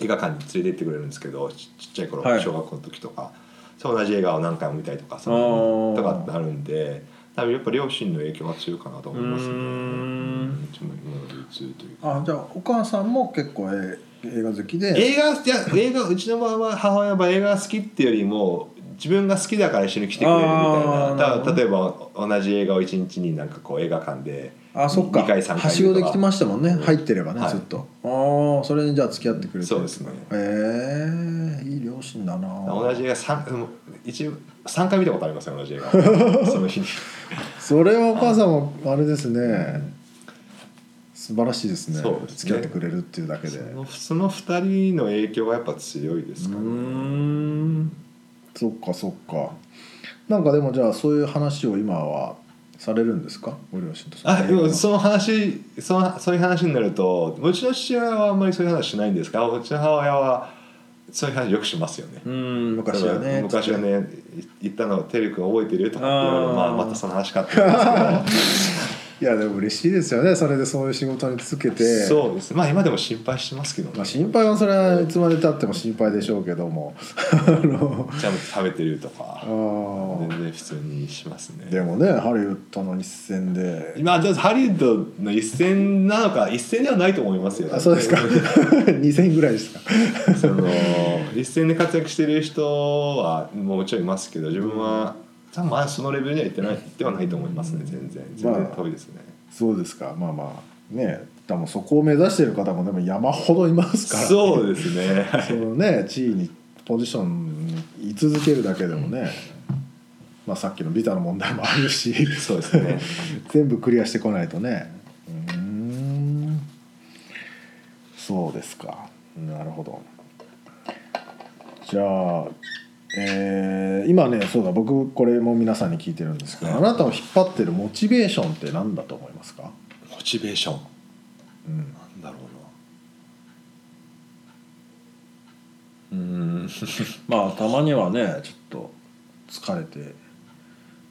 [SPEAKER 3] う映画館に連れてってくれるんですけどちちっちゃい頃、
[SPEAKER 2] はい
[SPEAKER 3] 小学校の時とかそう同じ映画を何回も見たりとかそ
[SPEAKER 2] あー
[SPEAKER 3] のとかってなるんで多分やっぱ両親の影響が強いかなと思います
[SPEAKER 2] う
[SPEAKER 3] ね。
[SPEAKER 2] ーん
[SPEAKER 3] うんうちももう普通というか
[SPEAKER 2] あじゃあお母さんも結構え映画好きで
[SPEAKER 3] [LAUGHS] 映画いや映画うちの場合は母親は映画が好きっていうよりも自分が好きだから一緒に来てくれるみたい
[SPEAKER 2] あー
[SPEAKER 3] な
[SPEAKER 2] なるほ
[SPEAKER 3] た
[SPEAKER 2] ど
[SPEAKER 3] 例えば同じ映画を一日になんかこう映画館で
[SPEAKER 2] あそっか
[SPEAKER 3] 二回三回
[SPEAKER 2] はしごできてましたもんね、
[SPEAKER 3] うん
[SPEAKER 2] 入ってればね、
[SPEAKER 3] はい
[SPEAKER 2] ずっとああそれにじゃあ付き合ってくれて
[SPEAKER 3] そうですね
[SPEAKER 2] ええいい両親だな
[SPEAKER 3] 同じ映画 3, 一三回見たことありますよ同
[SPEAKER 2] [LAUGHS]
[SPEAKER 3] じ映画その日に
[SPEAKER 2] それはお母さんもあれですね、素晴らしいですね
[SPEAKER 3] そうです
[SPEAKER 2] 付
[SPEAKER 3] ね
[SPEAKER 2] き合ってくれるっていうだけで
[SPEAKER 3] そのその2人の影響がやっぱ強いですか
[SPEAKER 2] うー
[SPEAKER 3] ね
[SPEAKER 2] んそっかそっかなんかでもじゃあそういう話を今はされるんですかご両親と
[SPEAKER 3] あでも
[SPEAKER 2] う
[SPEAKER 3] その話そのそういう話になるとうちの父親はあんまりそういう話しないんですがうちの母親はそういう話よくしますよね
[SPEAKER 2] ん昔は
[SPEAKER 3] だか
[SPEAKER 2] ね
[SPEAKER 3] ら昔はねい言ったのを「てるくん覚えてる?」とかって言われ
[SPEAKER 2] あー
[SPEAKER 3] るまあまたその話かって言うんです
[SPEAKER 2] いやでも嬉しいですよねそれでそういう仕事に続け
[SPEAKER 3] けど
[SPEAKER 2] て
[SPEAKER 3] [LAUGHS] そうですまあ今でも心配してますけどね
[SPEAKER 2] まあ、心配はそれはいつまでたっても心配でしょうけど [LAUGHS] もあの
[SPEAKER 3] ちゃんと食べてるとか
[SPEAKER 2] あー
[SPEAKER 3] 全然普通にしますね
[SPEAKER 2] でもねハリウッドの一戦で
[SPEAKER 3] まあ、でもハリウッドの一戦なのか一戦ではないと思いますよ
[SPEAKER 2] あそう [LAUGHS] ですか2戦ぐらいですか
[SPEAKER 3] その一戦で活躍してる人はもうちょいいますけど自分は多分まだそのレベルには行ってないではないと思いますね全然全然遠いですね、
[SPEAKER 2] そうですかまあまあねでもそこを目指してる方もでも山ほどいますから、
[SPEAKER 3] そうですね
[SPEAKER 2] そのね地位にポジションに居続けるだけでもね、まあ、さっきのビザの問題もあるし
[SPEAKER 3] そうですね
[SPEAKER 2] [LAUGHS] 全部クリアしてこないとねうーんそうですかなるほどじゃあえー今ねそうだ僕これも皆さんに聞いてるんですけどあなたを引っ張ってるモチベーションって何だと思いますか、
[SPEAKER 3] [LAUGHS] モチベーション
[SPEAKER 2] うん
[SPEAKER 3] なんだろうなうーん [LAUGHS]
[SPEAKER 2] まあたまにはねちょっと疲れて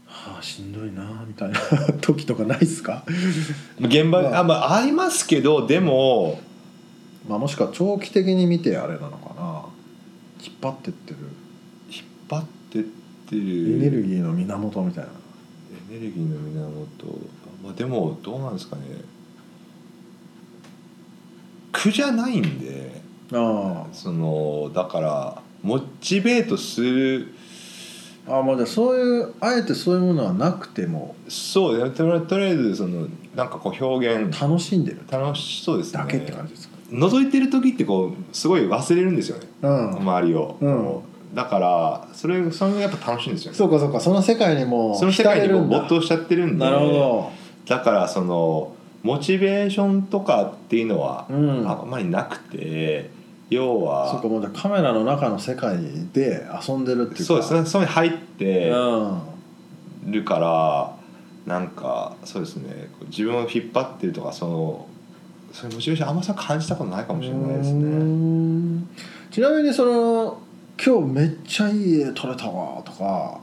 [SPEAKER 2] はあしんどいなみたいな時とかないですか、
[SPEAKER 3] 現場、
[SPEAKER 2] まあ
[SPEAKER 3] あまあ、ありますけどでも
[SPEAKER 2] まあ、もしくは長期的に見てあれなのかな引っ張ってってる
[SPEAKER 3] 引っ張ってって
[SPEAKER 2] エ
[SPEAKER 3] る
[SPEAKER 2] ネルギーの源みたいな、
[SPEAKER 3] エネルギーの源まあでもどうなんですかね苦じゃないんで
[SPEAKER 2] あ
[SPEAKER 3] そのだからモチベートする
[SPEAKER 2] ああまあじゃあそういうあえてそういうものはなくても
[SPEAKER 3] そうねとりとりあえずそのなんかこう表現
[SPEAKER 2] 楽しんでる
[SPEAKER 3] 楽しそうですね
[SPEAKER 2] だけって感じですか、
[SPEAKER 3] 覗いてる時ってこうすごい忘れるんですよね
[SPEAKER 2] うん、
[SPEAKER 3] 周りを、
[SPEAKER 2] うん
[SPEAKER 3] もうだからそれそれがやっぱ楽しいんですよね
[SPEAKER 2] そうかそうかその世界にも
[SPEAKER 3] その世界にもう
[SPEAKER 2] 浸
[SPEAKER 3] 没頭しちゃってる
[SPEAKER 2] れるん
[SPEAKER 3] んで
[SPEAKER 2] だなるほ
[SPEAKER 3] だからそのモチベーションとかっていうのは
[SPEAKER 2] どうん
[SPEAKER 3] あんまりなくて要は
[SPEAKER 2] そうかもうじゃあカメラの中の世界で遊んでるっていうか
[SPEAKER 3] そうですねそこに入って
[SPEAKER 2] うん
[SPEAKER 3] るからなんかそうですねこう自分を引っ張ってるとかそのそういうモチベーションあんまり感じたことないかもしれないです
[SPEAKER 2] うー
[SPEAKER 3] ね。
[SPEAKER 2] んちなみにその今日めっちゃいい絵撮れたわとか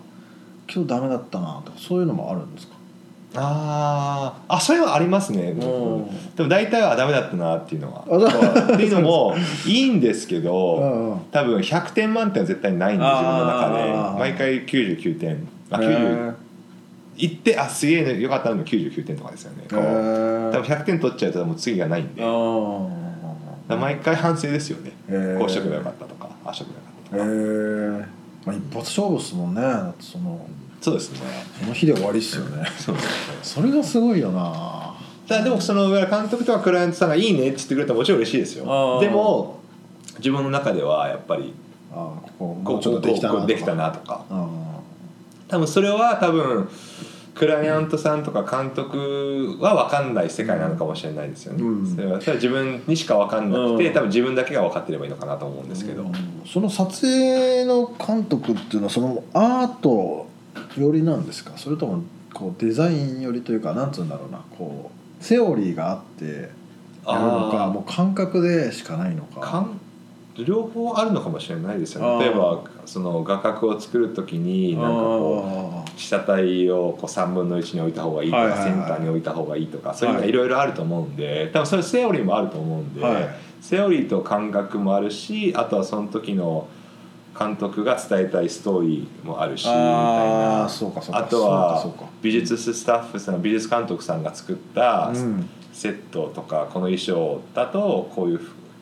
[SPEAKER 2] 今日ダメだったなとかそういうのもあるんですか、
[SPEAKER 3] あーあそれはありますね。
[SPEAKER 2] うん
[SPEAKER 3] でも大体はダメだったなっていうのは
[SPEAKER 2] あそう
[SPEAKER 3] そうっていうのもいいんですけど。
[SPEAKER 2] うんうん
[SPEAKER 3] 多分100点満点は絶対ないんで
[SPEAKER 2] あー
[SPEAKER 3] 自分の中で毎回99点あ90いってあすげえ、ね、よかったのも99点とかですよねこう多分
[SPEAKER 2] へ
[SPEAKER 3] 100点取っちゃうともう次がないんで
[SPEAKER 2] え
[SPEAKER 3] だか
[SPEAKER 2] あ
[SPEAKER 3] ら毎回反省ですよね
[SPEAKER 2] へー
[SPEAKER 3] こうしとけばよかったとかああしとけばよかったと
[SPEAKER 2] え
[SPEAKER 3] か、
[SPEAKER 2] まあ、一発勝負っすもんねだってその
[SPEAKER 3] そうですね
[SPEAKER 2] その日で終わりっすよね
[SPEAKER 3] そうですね
[SPEAKER 2] それがすごいよな
[SPEAKER 3] ただでもその上監督とかクライアントさんが「いいね」って言ってくれたらもちろん嬉しいです
[SPEAKER 2] あ
[SPEAKER 3] よ
[SPEAKER 2] ー
[SPEAKER 3] でも自分の中ではやっぱり
[SPEAKER 2] あここ
[SPEAKER 3] こ
[SPEAKER 2] も
[SPEAKER 3] う
[SPEAKER 2] うちょっとできたな
[SPEAKER 3] こうこうできたなとか
[SPEAKER 2] うん
[SPEAKER 3] 多分それは多分クライアントさんとか監督は分かんない世界なのかもしれないですよね、
[SPEAKER 2] うん
[SPEAKER 3] それはそれは自分にしか分かんなくて、
[SPEAKER 2] うん
[SPEAKER 3] 多分自分だけが分かってればいいのかなと思うんですけど、
[SPEAKER 2] その撮影の監督っていうのはそのアート寄りなんですかそれともこうデザイン寄りというかなんつうんだろうなこうセオリーがあってやるの
[SPEAKER 3] あ
[SPEAKER 2] か
[SPEAKER 3] ー
[SPEAKER 2] もう感覚でしかないのか
[SPEAKER 3] かん両方あるのかもしれないですよ
[SPEAKER 2] あー
[SPEAKER 3] ね例えばその画角を作る時になんかこ
[SPEAKER 2] あ
[SPEAKER 3] う被写体をこう3分の1に置いた方がいいとか、
[SPEAKER 2] はいはいはい
[SPEAKER 3] センターに置いた方がいいとかそういう
[SPEAKER 2] は
[SPEAKER 3] のが
[SPEAKER 2] い
[SPEAKER 3] いろいろあると思うんで多分それセオリーもあると思うんで。
[SPEAKER 2] ーはい
[SPEAKER 3] セオリーと感覚もあるしあとはその時の監督が伝えたいストーリーもあるしみたい
[SPEAKER 2] あ
[SPEAKER 3] な
[SPEAKER 2] ーそうかそうか
[SPEAKER 3] あとは
[SPEAKER 2] そうかそうか
[SPEAKER 3] 美術スタッフさん美術監督さんが作った
[SPEAKER 2] うん
[SPEAKER 3] セットとかこの衣装だとこういう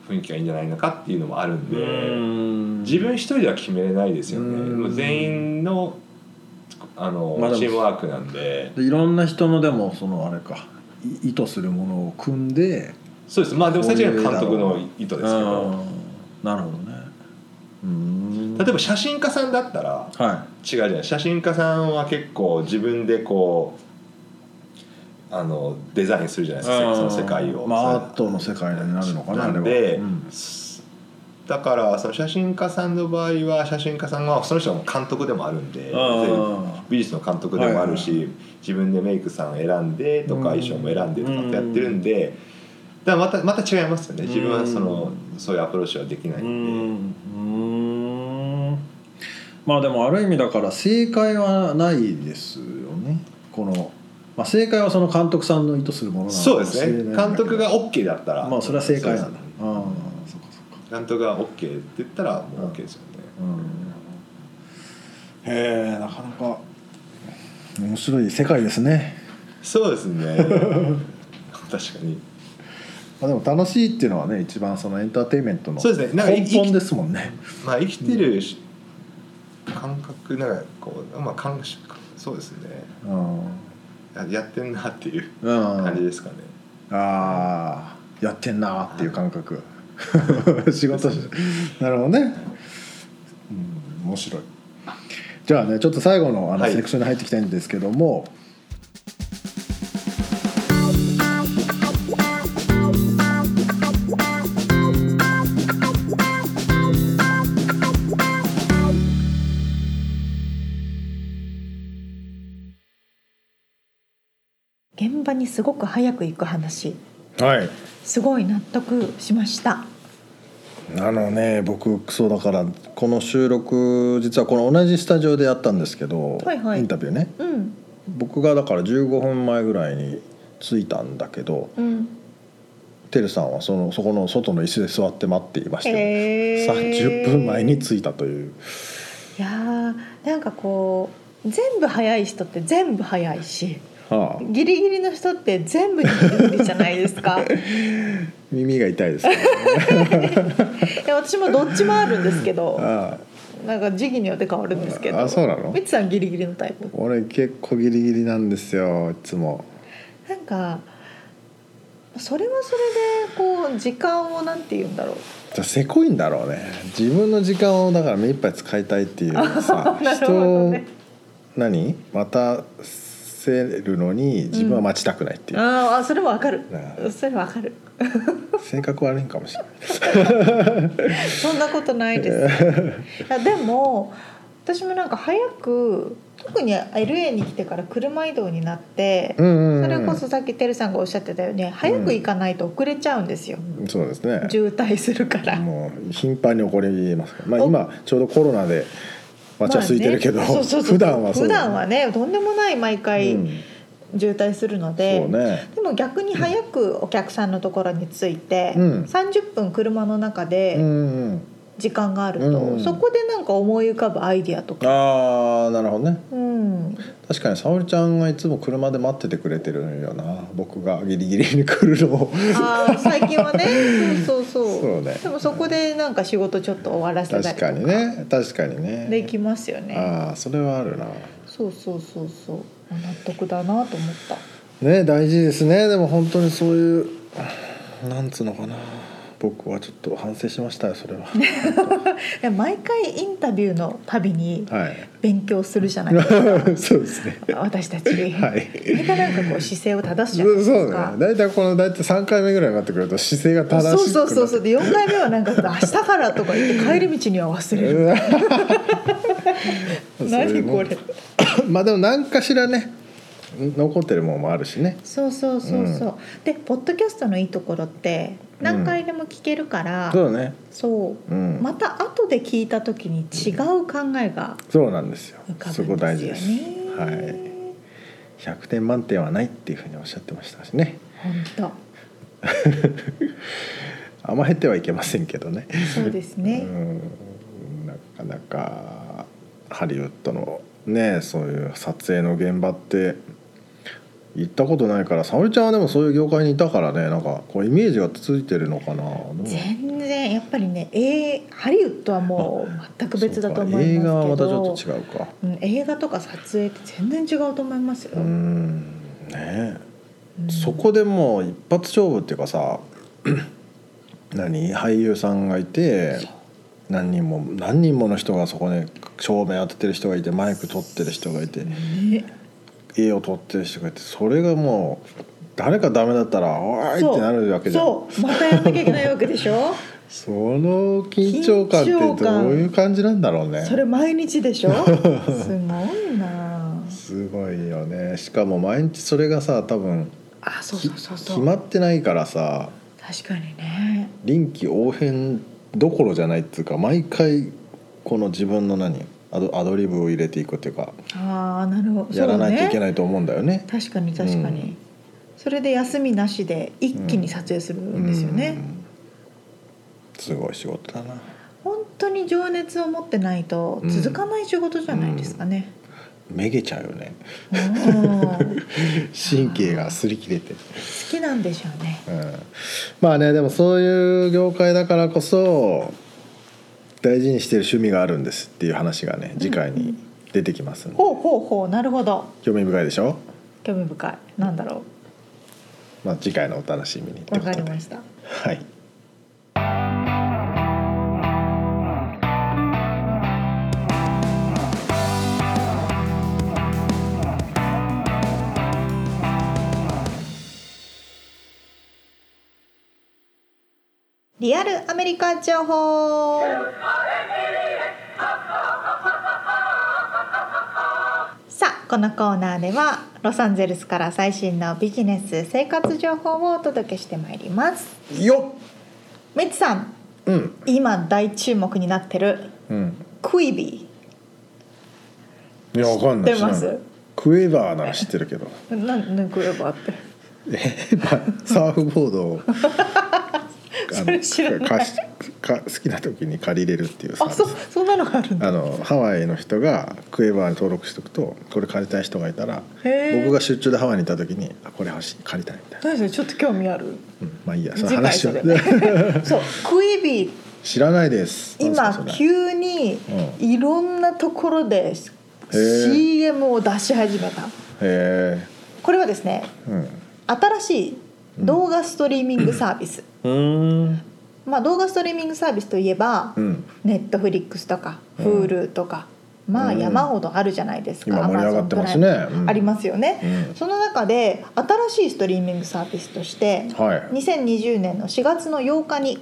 [SPEAKER 3] 雰囲気がいいんじゃないのかっていうのもあるんで自分一人では決めれないですよね
[SPEAKER 2] うん
[SPEAKER 3] もう全員のあの
[SPEAKER 2] まあでも
[SPEAKER 3] チームワークなんで
[SPEAKER 2] でいろんな人のでもそのあれかい意図するものを組んで
[SPEAKER 3] そうですまあでも最終的には監督
[SPEAKER 2] こう
[SPEAKER 3] の
[SPEAKER 2] いう
[SPEAKER 3] 意図ですけ
[SPEAKER 2] あ
[SPEAKER 3] ど
[SPEAKER 2] ーなるほどねうん
[SPEAKER 3] 例えば写真家さんだったら
[SPEAKER 2] は
[SPEAKER 3] 違うじゃん写真家さんは結構自分でこうあのデザインするじゃない
[SPEAKER 2] い
[SPEAKER 3] ですかその世界を、
[SPEAKER 2] まあ
[SPEAKER 3] そ
[SPEAKER 2] ア
[SPEAKER 3] う
[SPEAKER 2] ートの世界になるのかなあれは
[SPEAKER 3] なんで、
[SPEAKER 2] うん
[SPEAKER 3] すだからその写真家さんの場合は写真家さんはその人の監督でもあるんで
[SPEAKER 2] あー
[SPEAKER 3] 美術の監督でもあるし、
[SPEAKER 2] はい
[SPEAKER 3] 自分でメイクさん選んでとか
[SPEAKER 2] うん
[SPEAKER 3] 衣装も選んでとかってやってるんで、だからまたまた違いますよね自分はその、そういうアプローチはできない
[SPEAKER 2] うん
[SPEAKER 3] で。
[SPEAKER 2] んうんまあでもある意味だから正解はないですよねこの、まあ、正解はその監督さんの意図するものなの
[SPEAKER 3] そう
[SPEAKER 2] かも
[SPEAKER 3] で
[SPEAKER 2] しれ
[SPEAKER 3] す
[SPEAKER 2] ないん
[SPEAKER 3] ね
[SPEAKER 2] だけど
[SPEAKER 3] 監督が OK だったら
[SPEAKER 2] まあそれは正解な
[SPEAKER 3] そうん
[SPEAKER 2] だ
[SPEAKER 3] ですね
[SPEAKER 2] ああそうかそうか
[SPEAKER 3] 監督が OK って言ったらもう OK ですよね、
[SPEAKER 2] うんへえなかなか面白い世界ですね
[SPEAKER 3] そうですね [LAUGHS] 確かに
[SPEAKER 2] まあでも楽しいっていうのはね一番そのエンターテインメントの
[SPEAKER 3] そう
[SPEAKER 2] 根
[SPEAKER 3] ですねなんかい
[SPEAKER 2] 本ですもんね
[SPEAKER 3] まあ生きてるし感覚なんかこうまあ感そうですね
[SPEAKER 2] うん
[SPEAKER 3] ややってんなっていう
[SPEAKER 2] うん
[SPEAKER 3] 感じですかね、
[SPEAKER 2] ああやってんなーっていう感覚仕事しなるほどね、うん、面白いじゃあねちょっと最後のあの
[SPEAKER 3] はい
[SPEAKER 2] セクションに入っていきたいんですけども、
[SPEAKER 1] 現場にすごく早く行く話
[SPEAKER 2] はい
[SPEAKER 1] すごい納得しました
[SPEAKER 2] あのね僕クソだからこの収録実はこの同じスタジオでやったんですけど、
[SPEAKER 1] はいはい
[SPEAKER 2] インタビューね
[SPEAKER 1] うん
[SPEAKER 2] 僕がだから15分前ぐらいに着いたんだけど
[SPEAKER 1] うん
[SPEAKER 2] てるさんはそのそこの外の椅子で座って待っていましたよ、
[SPEAKER 1] へー
[SPEAKER 2] 30分前に着いたという
[SPEAKER 1] いやーなんかこう全部早い人って全部早いし
[SPEAKER 2] はあ
[SPEAKER 1] ギリギリの人って全部にギリギリじゃないですか
[SPEAKER 2] [LAUGHS] 耳が痛いですね
[SPEAKER 1] いや私もどっちもあるんですけど
[SPEAKER 2] ああ
[SPEAKER 1] なんか時期によって変わるんですけど
[SPEAKER 2] あそうなの
[SPEAKER 1] みつさんギリギリのタイプ
[SPEAKER 2] 俺結構ギリギリなんですよいつも
[SPEAKER 1] なんかそれはそれでこう時間をなんて言うんだろう
[SPEAKER 2] じゃあせこいんだろうね自分の時間をだから目いっぱい使いたいっていう
[SPEAKER 1] [LAUGHS]
[SPEAKER 2] さ
[SPEAKER 1] なるほ
[SPEAKER 2] 人
[SPEAKER 1] ど
[SPEAKER 2] を
[SPEAKER 1] ね
[SPEAKER 2] 何待たせるのに自分は待ちたくないっていう、
[SPEAKER 1] あーあそれもわかる
[SPEAKER 2] ねえ
[SPEAKER 1] それわかる
[SPEAKER 2] 性格悪いんかもしれないです
[SPEAKER 1] そんなことない
[SPEAKER 2] [LAUGHS]
[SPEAKER 1] です。いやでも私もなんか早く特に LA に来てから車移動になって、
[SPEAKER 2] うんうんうん
[SPEAKER 1] それこそさっきてるさんがおっしゃってたよね早く行かないと遅れちゃうんですよ、
[SPEAKER 2] そうですね
[SPEAKER 1] 渋滞するから。
[SPEAKER 2] もう頻繁に起こりますからまあ
[SPEAKER 1] お
[SPEAKER 2] 今ちょうどコロナで
[SPEAKER 1] ま
[SPEAKER 2] わちゃついてるけど、
[SPEAKER 1] あねそうそうそう
[SPEAKER 2] 普段はそう
[SPEAKER 1] 普段はねとんでもない毎回
[SPEAKER 2] うん
[SPEAKER 1] 渋滞するので、
[SPEAKER 2] そうね
[SPEAKER 1] でも逆に早くお客さんのところに着いて、
[SPEAKER 2] うん
[SPEAKER 1] 30分車の中
[SPEAKER 2] うん
[SPEAKER 1] で
[SPEAKER 2] うんうん
[SPEAKER 1] 時間があると、
[SPEAKER 2] うん
[SPEAKER 1] そこでなんか思い浮かぶアイディアとか、
[SPEAKER 2] ああなるほどね
[SPEAKER 1] うん、
[SPEAKER 2] 確かに沙織ちゃんがいつも車で待っててくれてるんよな僕がギリギリに来る
[SPEAKER 1] [LAUGHS]
[SPEAKER 2] のを
[SPEAKER 1] あー最近は
[SPEAKER 2] [LAUGHS]
[SPEAKER 1] ねそうそうそう
[SPEAKER 2] そうね
[SPEAKER 1] でもそこでなんか仕事ちょっと終わらせたりと
[SPEAKER 2] 確かにね確かにね
[SPEAKER 1] できますよね
[SPEAKER 2] ああそれはあるな
[SPEAKER 1] そうそうそうそうあ納得だなと思った [LAUGHS]
[SPEAKER 2] ね大事ですねでも本当にそういうなんつうのかな僕はちょっと反省しましたよ
[SPEAKER 1] [LAUGHS]
[SPEAKER 2] それは
[SPEAKER 1] え毎回インタビューのたびに
[SPEAKER 2] は
[SPEAKER 1] 勉強するじゃないです
[SPEAKER 2] [LAUGHS]
[SPEAKER 1] か
[SPEAKER 2] い [LAUGHS] そうですね
[SPEAKER 1] 私たち、
[SPEAKER 2] はい
[SPEAKER 1] みんななんかこう姿勢を正すじゃない
[SPEAKER 2] そう
[SPEAKER 1] で
[SPEAKER 2] そう
[SPEAKER 1] す
[SPEAKER 2] だね
[SPEAKER 1] か
[SPEAKER 2] 大体この大体3回目ぐらいになってくると姿勢が正しくな
[SPEAKER 1] そうそうそう
[SPEAKER 2] う [LAUGHS]
[SPEAKER 1] そうで4回目はなんか明日からとか言って帰り道には忘れる [LAUGHS] 何これ
[SPEAKER 2] [LAUGHS] まあでも何かしらね残ってるもんもあるしね
[SPEAKER 1] そうそうそうそう、でポッドキャストのいいところって何回でも聞けるから、
[SPEAKER 2] そうだね
[SPEAKER 1] そう
[SPEAKER 2] うん、
[SPEAKER 1] また後で聞いた時に違う考えが
[SPEAKER 2] そうなんですよ
[SPEAKER 1] 浮か
[SPEAKER 2] そ
[SPEAKER 1] ぶ
[SPEAKER 2] こ
[SPEAKER 1] んで
[SPEAKER 2] 大
[SPEAKER 1] す
[SPEAKER 2] 事
[SPEAKER 1] よ
[SPEAKER 2] です
[SPEAKER 1] ね。
[SPEAKER 2] はい100点満点はないっていうふうにおっしゃってましたしね
[SPEAKER 1] 本
[SPEAKER 2] 甘えてはいけませんけどね
[SPEAKER 1] 当そうですね
[SPEAKER 2] う。んなかなかハリウッドのねそういう撮影の現場って行ったことないから沙織ちゃんはでもそういう業界にいたからねなんかこうイメージがついてるのかなどう
[SPEAKER 1] 全然やっぱりね、えーハリウッドはもう全く別だと思いますけど、
[SPEAKER 2] そうか映画はまたちょっと違うか
[SPEAKER 1] うん映画とか撮影って全然違うと思いますよ。
[SPEAKER 2] うーんね
[SPEAKER 1] うん
[SPEAKER 2] そこでもう一発勝負っていうかさ [CLEARS THROAT] 何俳優さんがいて何人も何人もの人がそこで照明当ててる人がいてマイク取ってる人がいて
[SPEAKER 1] ね
[SPEAKER 2] 絵を取ってる人がいてそれがもう誰かダメだったら「おーい!」ってなるわけじゃん
[SPEAKER 1] そうまたやんなきゃいけないわけでし
[SPEAKER 2] [LAUGHS]
[SPEAKER 1] ょ
[SPEAKER 2] その緊張感って
[SPEAKER 1] 緊張
[SPEAKER 2] ど
[SPEAKER 1] 感
[SPEAKER 2] ういう感じなんだろうね
[SPEAKER 1] それ毎日で
[SPEAKER 2] [LAUGHS]
[SPEAKER 1] しょすごいな
[SPEAKER 2] すごいよねしかも毎日それがさ多分
[SPEAKER 1] あそうそうそうそ
[SPEAKER 2] 決
[SPEAKER 1] う
[SPEAKER 2] まってないからさ
[SPEAKER 1] 確かにね
[SPEAKER 2] 臨機応変どころじゃないっていうか毎回この自分の何アドアドリブを入れていくっていうか
[SPEAKER 1] ああなるほど
[SPEAKER 2] やらないとい
[SPEAKER 1] そうね
[SPEAKER 2] けないと思うんだよね。
[SPEAKER 1] 確かに確かに、
[SPEAKER 2] うん
[SPEAKER 1] それで休みなしで一気に撮影するんですよね、
[SPEAKER 2] うんすごい仕事だな。
[SPEAKER 1] 本当に情熱を持ってないと続かない仕事じゃないですかね、
[SPEAKER 2] めげちゃうよね。
[SPEAKER 1] うん好
[SPEAKER 2] 神経が擦り切れて。
[SPEAKER 1] きなんでしょうね
[SPEAKER 2] うんまあねでもそういう業界だからこそ大事にしてる趣味があるんですっていう話がね次回に出てきますんで
[SPEAKER 1] ほうほうほうなるほど
[SPEAKER 2] 興味深いでしょ、
[SPEAKER 1] 興味深いなんだろ
[SPEAKER 2] まあ、次回のお楽しみに
[SPEAKER 1] うわかりま
[SPEAKER 2] し
[SPEAKER 1] した
[SPEAKER 2] たはい
[SPEAKER 1] リアルアメリカ情報さあこのコーナーではロサンゼルスから最新のビジネス生活情報をお届けしてまいります
[SPEAKER 2] よ
[SPEAKER 1] メッツさん
[SPEAKER 2] っうん
[SPEAKER 1] 今大注目になってる
[SPEAKER 2] うん
[SPEAKER 1] クイビ
[SPEAKER 2] いやわかんない
[SPEAKER 1] 知ってます
[SPEAKER 2] 知らないクエバーなら知ってる
[SPEAKER 1] [LAUGHS]
[SPEAKER 2] けど
[SPEAKER 1] ーなんなんクイバーって
[SPEAKER 2] えまあサーフボード
[SPEAKER 1] [LAUGHS]
[SPEAKER 2] をあ
[SPEAKER 1] それ知らない
[SPEAKER 2] の貸しか好きな時に借りれるっていうサー
[SPEAKER 1] あ
[SPEAKER 2] ビス
[SPEAKER 1] そそんなのがあるんだ
[SPEAKER 2] あのハワイの人がクエバーに登録しておくとこれ借りたい人がいたら
[SPEAKER 1] へー
[SPEAKER 2] 僕が出張でハワイにいた時にあこれ欲しい借りたいみたいな、
[SPEAKER 1] 何それちょっと興味ある
[SPEAKER 2] うん、まあいいやその
[SPEAKER 1] 次回
[SPEAKER 2] 話
[SPEAKER 1] そ
[SPEAKER 2] を
[SPEAKER 1] れそうクイビー
[SPEAKER 2] [LAUGHS] 知らないですなんす
[SPEAKER 1] 今
[SPEAKER 2] かそれ
[SPEAKER 1] 急に
[SPEAKER 2] うん
[SPEAKER 1] いろんなところで CM を出し始めた
[SPEAKER 2] へ
[SPEAKER 1] これはですね
[SPEAKER 2] え
[SPEAKER 1] 新しい動画ストリーミングサービス、
[SPEAKER 2] うんうん
[SPEAKER 1] まあ、動画ストリーミングサービスといえば、
[SPEAKER 2] うん
[SPEAKER 1] ネットフリックスとか
[SPEAKER 2] うん
[SPEAKER 1] Hulu とか、まあ
[SPEAKER 2] うん
[SPEAKER 1] 山ほどあるじゃないですか、
[SPEAKER 2] 今盛り上がってますね
[SPEAKER 1] Amazon プライム
[SPEAKER 2] うん
[SPEAKER 1] ありますよね、
[SPEAKER 2] うん
[SPEAKER 1] その中で新しいストリーミングサービスとして、
[SPEAKER 2] はい
[SPEAKER 1] 2020年の4月の8日に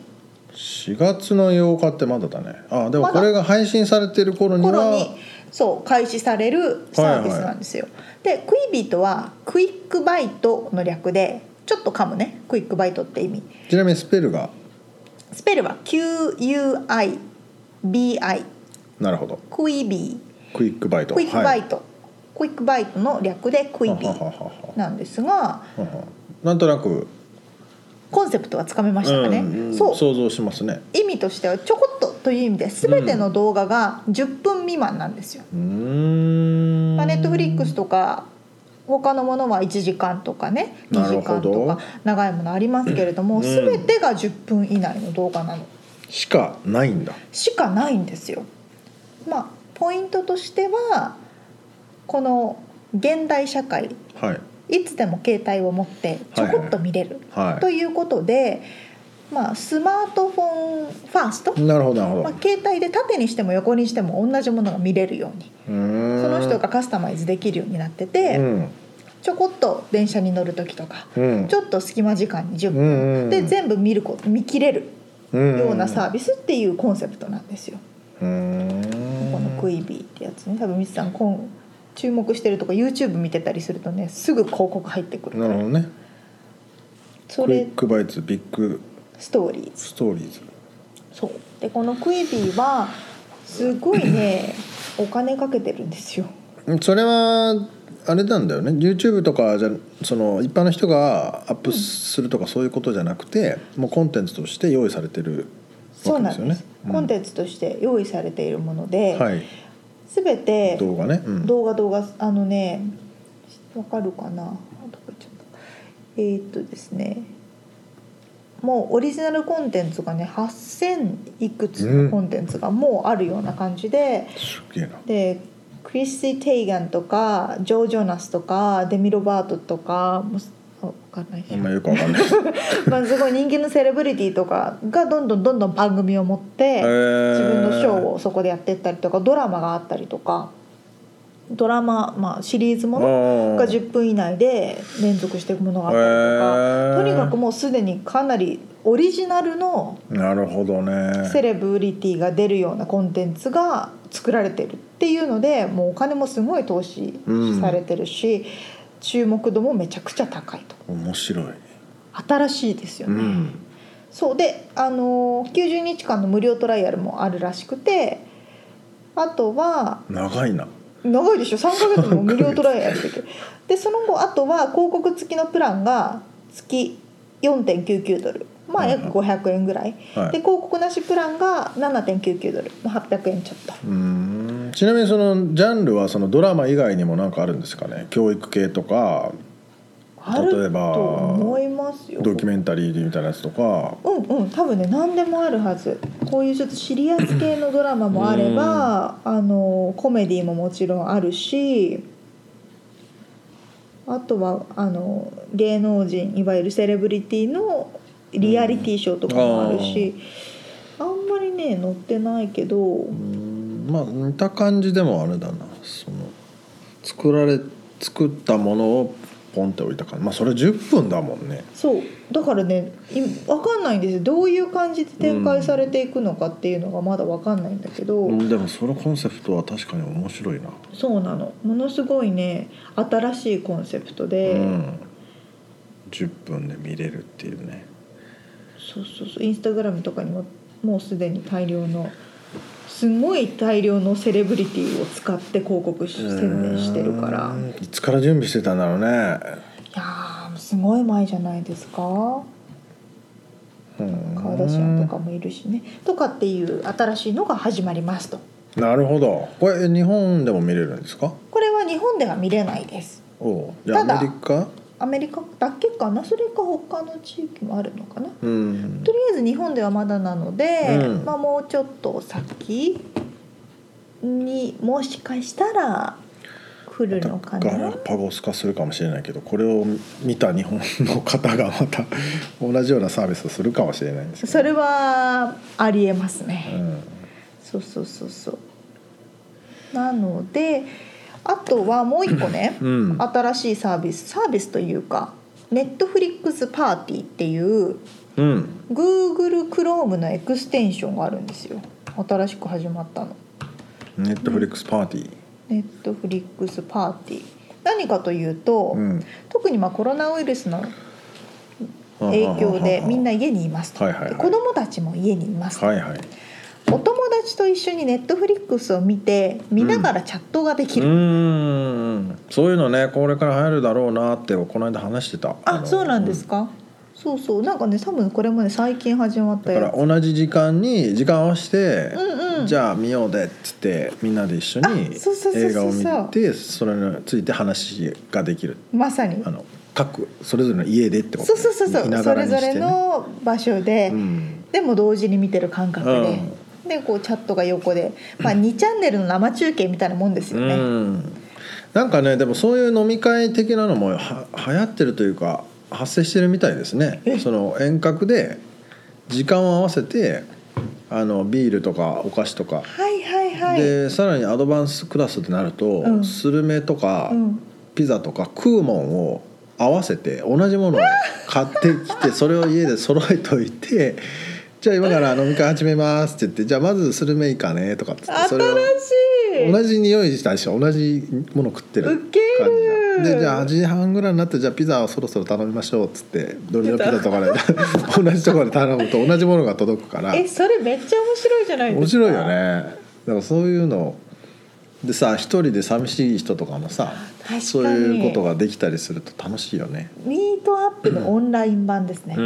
[SPEAKER 2] 4月の8日ってまだだねあでも
[SPEAKER 1] まだ
[SPEAKER 2] これが配信されてる頃には
[SPEAKER 1] 頃にそう開始されるサービスなんですよ。でクイビートはクイックバイトの略でちょっと噛むねクイックバイトって意味
[SPEAKER 2] ちなみにスペルが
[SPEAKER 1] スペルは QUIBI
[SPEAKER 2] なるほど
[SPEAKER 1] クイビ
[SPEAKER 2] クイックバイ
[SPEAKER 1] ー
[SPEAKER 2] ト
[SPEAKER 1] クイックバイ
[SPEAKER 2] ト
[SPEAKER 1] ト、クイックバイトの略でクイビ
[SPEAKER 2] ははは
[SPEAKER 1] ー
[SPEAKER 2] は
[SPEAKER 1] なんですが
[SPEAKER 2] ははなんとなく、
[SPEAKER 1] コンセプトはつかめましたかね、
[SPEAKER 2] うん
[SPEAKER 1] そう
[SPEAKER 2] 想像しますね
[SPEAKER 1] 意味としてはちょこっとという意味で全ての動画が10分未満なんですよ。
[SPEAKER 2] うーん
[SPEAKER 1] まあ、ネットフリックスとか他のものは1時間とかね2時間と
[SPEAKER 2] なるほ
[SPEAKER 1] か
[SPEAKER 2] ど
[SPEAKER 1] 長いものありますけれども、
[SPEAKER 2] うん
[SPEAKER 1] 全てが10分以内の動画なの
[SPEAKER 2] しかないんだ
[SPEAKER 1] しかないんですよ。まあ、ポイントとしてはこの現代社会
[SPEAKER 2] はい
[SPEAKER 1] いつでも携帯を持ってちょこっと見れる、と
[SPEAKER 2] は
[SPEAKER 1] いうことで、まあ、スマートフォンファースト、
[SPEAKER 2] いなるほどなるほど、
[SPEAKER 1] まあ、携帯で縦にしても横にしても同じものが見れるように
[SPEAKER 2] うーん
[SPEAKER 1] その人がカスタマイズできるようになってて。
[SPEAKER 2] うん
[SPEAKER 1] ちょこっと電車に乗る時とか、
[SPEAKER 2] うん
[SPEAKER 1] ちょっと隙間時間に10
[SPEAKER 2] うんうんう
[SPEAKER 1] 分
[SPEAKER 2] ん
[SPEAKER 1] で全部見ること見切れる
[SPEAKER 2] うん
[SPEAKER 1] ようなサービスっていうコンセプトなんですよ。
[SPEAKER 2] うーん
[SPEAKER 1] このクイビーってやつね多分ミツさん今注目してるとか YouTube 見てたりするとねすぐ広告入ってくる
[SPEAKER 2] なるほどね
[SPEAKER 1] そ
[SPEAKER 2] クイ
[SPEAKER 1] れ
[SPEAKER 2] ックバイツビッグ
[SPEAKER 1] ストーリーズ
[SPEAKER 2] ストーリーズ
[SPEAKER 1] そうでこのクイビーはすごいね [LAUGHS] お金かけてるんですよ。
[SPEAKER 2] それはあれなんだよね YouTube とかじゃその一般の人がアップするとかそういうことじゃなくて、もうコンテンツとして用意されてる
[SPEAKER 1] そ
[SPEAKER 2] わ
[SPEAKER 1] う
[SPEAKER 2] け
[SPEAKER 1] な
[SPEAKER 2] で
[SPEAKER 1] ん
[SPEAKER 2] す
[SPEAKER 1] です
[SPEAKER 2] よね。うん
[SPEAKER 1] コンテンツとして用意されているもので、
[SPEAKER 2] はい、
[SPEAKER 1] 全て
[SPEAKER 2] 動画ね、うん
[SPEAKER 1] 動画動画あのねわかるかなどこ行っちゃったえーっとですねもうオリジナルコンテンツがね8,000いくつのコンテンツがもうあるような感じで、
[SPEAKER 2] すげえな。
[SPEAKER 1] でクリスティ・テイガンとかジョー・ジョナスとかデミ・ロバートとかもうあわかんない
[SPEAKER 2] あんまよくわかんない。
[SPEAKER 1] [LAUGHS] まあすごい人気のセレブリティとかがどんどんどんどん番組を持って
[SPEAKER 2] へー
[SPEAKER 1] 自分のショーをそこでやってったりとかドラマがあったりとかドラマ、まあ、シリーズものが
[SPEAKER 2] へ
[SPEAKER 1] 10分以内で連続していくものがあったりと
[SPEAKER 2] ー
[SPEAKER 1] かとにかくもうすでにかなりオリジナルの
[SPEAKER 2] なるほどね。
[SPEAKER 1] セレブリティが出るようなコンテンツが作られてるっていうのでもうお金もすごい投資されてるし、注目度もめちゃくちゃ高いと
[SPEAKER 2] 面白い。
[SPEAKER 1] 新しいですよ
[SPEAKER 2] う
[SPEAKER 1] ね。
[SPEAKER 2] ん。
[SPEAKER 1] そうで、あのー90日間の無料トライアルもあるらしくてあとは
[SPEAKER 2] 長いな。
[SPEAKER 1] 長いでしょ3ヶ月も無料トライアルできるでその後あとは広告付きのプランが月4.99ドルまあ約500円ぐらい、
[SPEAKER 2] はい
[SPEAKER 1] で広告なしプランが7.99ドル、まあ、800円ちょっと
[SPEAKER 2] うーん。ちなみにそのジャンルはそのドラマ以外にもなんかあるんですかね。教育系とか。
[SPEAKER 1] ある
[SPEAKER 2] 例えば
[SPEAKER 1] と思いますよ
[SPEAKER 2] ドキュメンタリーみたいなやつとか
[SPEAKER 1] うんうん多分ね何でもあるはずこういうちょっとシリアス系のドラマもあればあのコメディももちろんあるしあとはあの芸能人いわゆるセレブリティのリアリティショーとかもあるし、あんまりね載ってないけど
[SPEAKER 2] うんまあ似た感じでもあれだなその作られ作ったものをポンって置いた感じまあそれ10分だもんね
[SPEAKER 1] そうだからねいわかんないんですよどういう感じで展開されていくのかっていうのがまだわかんないんだけど。
[SPEAKER 2] うんでもそのコンセプトは確かに面白いな
[SPEAKER 1] そうなのものすごいね新しいコンセプトで、
[SPEAKER 2] うん、10分で見れるっていうね
[SPEAKER 1] そうそうそうインスタグラムとかにももうすでに大量のすごい大量のセレブリティを使って広告し宣伝してるから
[SPEAKER 2] う
[SPEAKER 1] い
[SPEAKER 2] んいつから準備してたんだろうね
[SPEAKER 1] やーすごい前じゃないですか
[SPEAKER 2] うん
[SPEAKER 1] 顔出し屋とかもいるしねとかっていう新しいのが始まりますと
[SPEAKER 2] なるほどこれ日本でも見れるんですか
[SPEAKER 1] これは日本では見れないです
[SPEAKER 2] おうじゃあ
[SPEAKER 1] ただ
[SPEAKER 2] アメリカ
[SPEAKER 1] アメリカだけかなそれか他の地域もあるのかな
[SPEAKER 2] うん
[SPEAKER 1] とりあえず日本ではまだなので、
[SPEAKER 2] うん
[SPEAKER 1] まあ、もうちょっと先にもしかしたら来るのか
[SPEAKER 2] ガラ
[SPEAKER 1] な
[SPEAKER 2] パゴス化するかもしれないけどこれを見た日本の方がまた [LAUGHS] 同じようなサービスをするかもしれないんですけど
[SPEAKER 1] それはありえます
[SPEAKER 2] う
[SPEAKER 1] ね、
[SPEAKER 2] ん
[SPEAKER 1] そうそうそうそうなのであとはもう一個ね、
[SPEAKER 2] うん
[SPEAKER 1] 新しいサービスサービスというかネットフリックスパーティーっていう
[SPEAKER 2] うん
[SPEAKER 1] Google Chrome のエクステンションがあるんですよ新しく始まったの。
[SPEAKER 2] ネットフリックスパーティー
[SPEAKER 1] ネットフリックスパーティー何かというと、
[SPEAKER 2] うん
[SPEAKER 1] 特にまあコロナウイルスの影響でみんな
[SPEAKER 2] は
[SPEAKER 1] 家にいますと、
[SPEAKER 2] はいはいはい
[SPEAKER 1] で子供たちも家にいますと、
[SPEAKER 2] いはい
[SPEAKER 1] お友達と一緒にネットフリックスを見て見ながらチャットができ
[SPEAKER 2] う
[SPEAKER 1] る、
[SPEAKER 2] ーんそういうのねこれから流行るだろうなってこの間話してた
[SPEAKER 1] あ
[SPEAKER 2] の
[SPEAKER 1] そうなんですか、そうそうなんかね多分これもね最近始まった
[SPEAKER 2] だから
[SPEAKER 1] やつ
[SPEAKER 2] 同じ時間に時間を合わせて、
[SPEAKER 1] うんうん
[SPEAKER 2] じゃあ見ようでっつってみんなで一緒に
[SPEAKER 1] あそうそうそうそう
[SPEAKER 2] 映画を見てそれについて話ができる
[SPEAKER 1] まさに
[SPEAKER 2] あの各それぞれの家でってこ
[SPEAKER 1] そ
[SPEAKER 2] と
[SPEAKER 1] うそうそうそう、
[SPEAKER 2] 見な
[SPEAKER 1] そ
[SPEAKER 2] がら
[SPEAKER 1] れ
[SPEAKER 2] に
[SPEAKER 1] ぞ
[SPEAKER 2] してね
[SPEAKER 1] れの場所で、
[SPEAKER 2] うん
[SPEAKER 1] でも同時に見てる感覚で、でこうチャットが横で、まあ、2チャンネルの生中継みたいなもんですよね、
[SPEAKER 2] うんなんかねでもそういう飲み会的なのもは流行ってるというか発生してるみたいですね
[SPEAKER 1] え
[SPEAKER 2] その遠隔で時間を合わせてあのビールとかお菓子とか、
[SPEAKER 1] はいはいはい。
[SPEAKER 2] でさらにアドバンスクラスってなると、
[SPEAKER 1] うん
[SPEAKER 2] スルメとか、
[SPEAKER 1] うん、
[SPEAKER 2] ピザとか食うもんを合わせて同じものを買ってき
[SPEAKER 1] [LAUGHS]
[SPEAKER 2] てそれを家で揃えといてじゃあ今から飲み会始めますって言ってじゃあまずスルメイカねとかっつって
[SPEAKER 1] 新
[SPEAKER 2] それを
[SPEAKER 1] しい。
[SPEAKER 2] 同じ匂いしたし同じもの食ってる
[SPEAKER 1] ウケる
[SPEAKER 2] 感じじゃんでじゃあ8時半ぐらいになってじゃあピザをそろそろ頼みましょうっつってどれのピザと
[SPEAKER 1] [LAUGHS]
[SPEAKER 2] かで同じところで頼むと同じものが届くから
[SPEAKER 1] え、それめっちゃ面白いじゃないで
[SPEAKER 2] 面
[SPEAKER 1] すか。
[SPEAKER 2] 白いよ。ねだからそういうのでさ一人で寂しい人とかもさ
[SPEAKER 1] 確かに
[SPEAKER 2] そういうことができたりすると楽しいよね
[SPEAKER 1] ミートアップのオンライン版ですね。み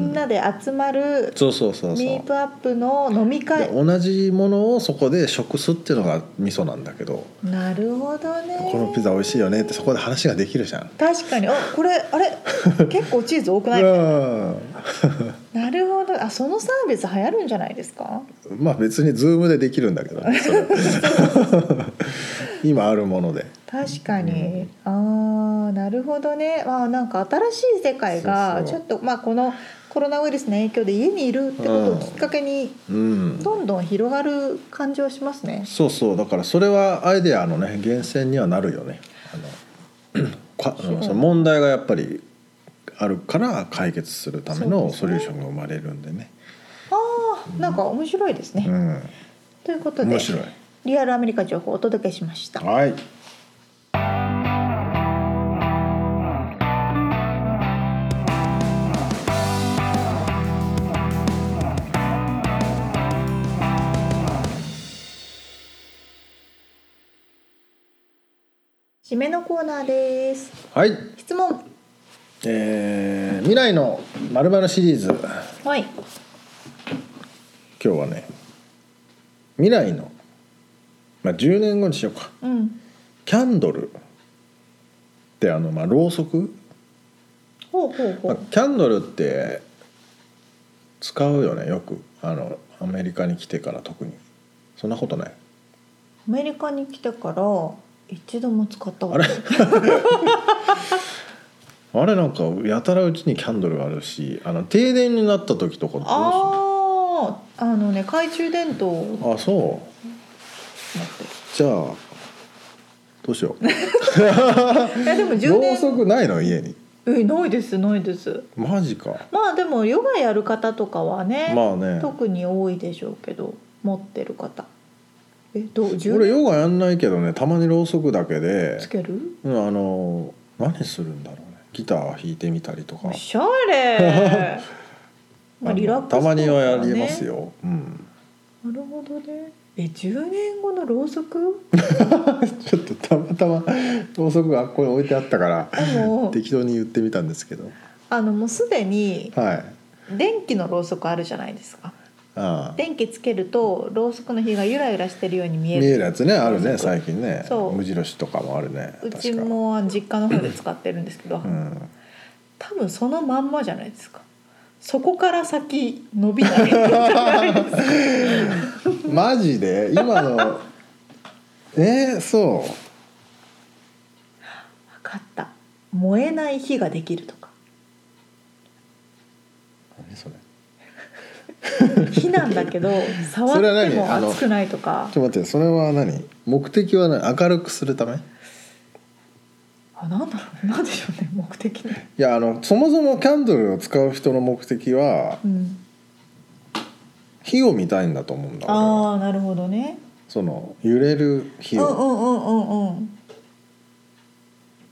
[SPEAKER 1] んなで集まる
[SPEAKER 2] そうそうそうそう
[SPEAKER 1] ミートアップの飲み会
[SPEAKER 2] で。同じものをそこで食すっていうのが味噌なんだけど、
[SPEAKER 1] なるほどね。
[SPEAKER 2] このピザ美味しいよねってそこで話ができるじゃん
[SPEAKER 1] 確かに、あ、これ、あ
[SPEAKER 2] [LAUGHS]
[SPEAKER 1] れ、結構チーズ多くない。
[SPEAKER 2] う
[SPEAKER 1] なるほど、あ、そのサービス流行るんじゃないですか。
[SPEAKER 2] んまあ別にズームでできるんだけどね
[SPEAKER 1] [LAUGHS]
[SPEAKER 2] それ今あるもので
[SPEAKER 1] 確かに、ああなるほどね、まあ、なんか新しい世界が
[SPEAKER 2] そう
[SPEAKER 1] ち
[SPEAKER 2] そ
[SPEAKER 1] ょ
[SPEAKER 2] う
[SPEAKER 1] っとまあこのコロナウイルスの影響で家にいるってことをきっかけに
[SPEAKER 2] うん
[SPEAKER 1] どんどん広がる感じはしますね。
[SPEAKER 2] そうそうだからそれはアイデアのね源泉にはなるよね
[SPEAKER 1] [COUGHS]
[SPEAKER 2] あのかあ
[SPEAKER 1] そう
[SPEAKER 2] のその問題がやっぱりあるから解決するため
[SPEAKER 1] そう
[SPEAKER 2] の
[SPEAKER 1] ですね
[SPEAKER 2] ソリューションが生まれるんでね
[SPEAKER 1] ああなんか面白いですね。ということ
[SPEAKER 2] うん
[SPEAKER 1] で
[SPEAKER 2] 面白い
[SPEAKER 1] リアルアメリカ情報をお届けしました。
[SPEAKER 2] はい
[SPEAKER 1] 締めのコーナーです。
[SPEAKER 2] はい
[SPEAKER 1] 質問
[SPEAKER 2] えー未来のまるシリーズ今
[SPEAKER 1] はい
[SPEAKER 2] 日はね未来の、まあ、10年後にしようか
[SPEAKER 1] うん
[SPEAKER 2] キャンドルってあの、まあ、ろうそく
[SPEAKER 1] ほうほうほ
[SPEAKER 2] まあ
[SPEAKER 1] う。
[SPEAKER 2] キャンドルって使うよねよくあのアメリカに来てから特にそんなことない
[SPEAKER 1] アメリカに来てから一度も使ったこ
[SPEAKER 2] あ
[SPEAKER 1] と
[SPEAKER 2] れ
[SPEAKER 1] ない
[SPEAKER 2] あれなんかやたらうちにキャンドルがあるしあの停電になった時とかどうする
[SPEAKER 1] あああのね懐中電灯を持っ
[SPEAKER 2] あそうじゃあどうしよう
[SPEAKER 1] ていやでも [LAUGHS] 充
[SPEAKER 2] ろう
[SPEAKER 1] 電
[SPEAKER 2] そくないの家に
[SPEAKER 1] えないですないです
[SPEAKER 2] マジか
[SPEAKER 1] まあでもヨガやる方とかはね,、
[SPEAKER 2] まあね
[SPEAKER 1] 特に多いでしょうけど持ってる方えどう充
[SPEAKER 2] 俺
[SPEAKER 1] 電
[SPEAKER 2] ヨガやんないけどねたまにろうそくだけで
[SPEAKER 1] つける
[SPEAKER 2] うんあの何するんだろうねギター弾いてみたりとか
[SPEAKER 1] おしゃ
[SPEAKER 2] [LAUGHS]
[SPEAKER 1] れまあ
[SPEAKER 2] あの
[SPEAKER 1] リラックス
[SPEAKER 2] たまにはや
[SPEAKER 1] 効果
[SPEAKER 2] り
[SPEAKER 1] ね
[SPEAKER 2] ますよ、うん、
[SPEAKER 1] なるほどねえ10年後のろうそく
[SPEAKER 2] ちょっとたまたまろうそくがここに置いてあったから
[SPEAKER 1] でも
[SPEAKER 2] 適当に [LAUGHS] 言ってみたんですけど
[SPEAKER 1] あのもうすでに
[SPEAKER 2] はい
[SPEAKER 1] 電気のろうそくあるじゃないですか
[SPEAKER 2] ああ
[SPEAKER 1] 電気つけるとろうそくの火がゆらゆらしてるように見え
[SPEAKER 2] 見
[SPEAKER 1] る
[SPEAKER 2] えるやつねある
[SPEAKER 1] ろ
[SPEAKER 2] ね
[SPEAKER 1] うそく
[SPEAKER 2] 最近ね
[SPEAKER 1] そう
[SPEAKER 2] 無印とかもあるね
[SPEAKER 1] うち
[SPEAKER 2] 確か
[SPEAKER 1] も実家の方で使ってるんですけど、
[SPEAKER 2] うん、
[SPEAKER 1] 多分そのまんまじゃないですかそこから先伸びないんじゃないですか
[SPEAKER 2] [LAUGHS] マジで今の [LAUGHS] えー、そ
[SPEAKER 1] 分かった燃えない火ができるとか
[SPEAKER 2] う何それ
[SPEAKER 1] 火なんだけど触
[SPEAKER 2] [LAUGHS] それは
[SPEAKER 1] って
[SPEAKER 2] 何
[SPEAKER 1] も
[SPEAKER 2] あの
[SPEAKER 1] 熱くないとか
[SPEAKER 2] ちょっと待ってそれは何目的は何明るくするためい
[SPEAKER 1] あなんだろうなんでしょうね目的ね、
[SPEAKER 2] やあのそもそもキャンドルを使う人の目的は [LAUGHS]
[SPEAKER 1] うん、
[SPEAKER 2] 火を見たいんだと思うんだ俺は
[SPEAKER 1] ああなるほどね
[SPEAKER 2] その揺れる火
[SPEAKER 1] うん
[SPEAKER 2] を、
[SPEAKER 1] うんうんうんうん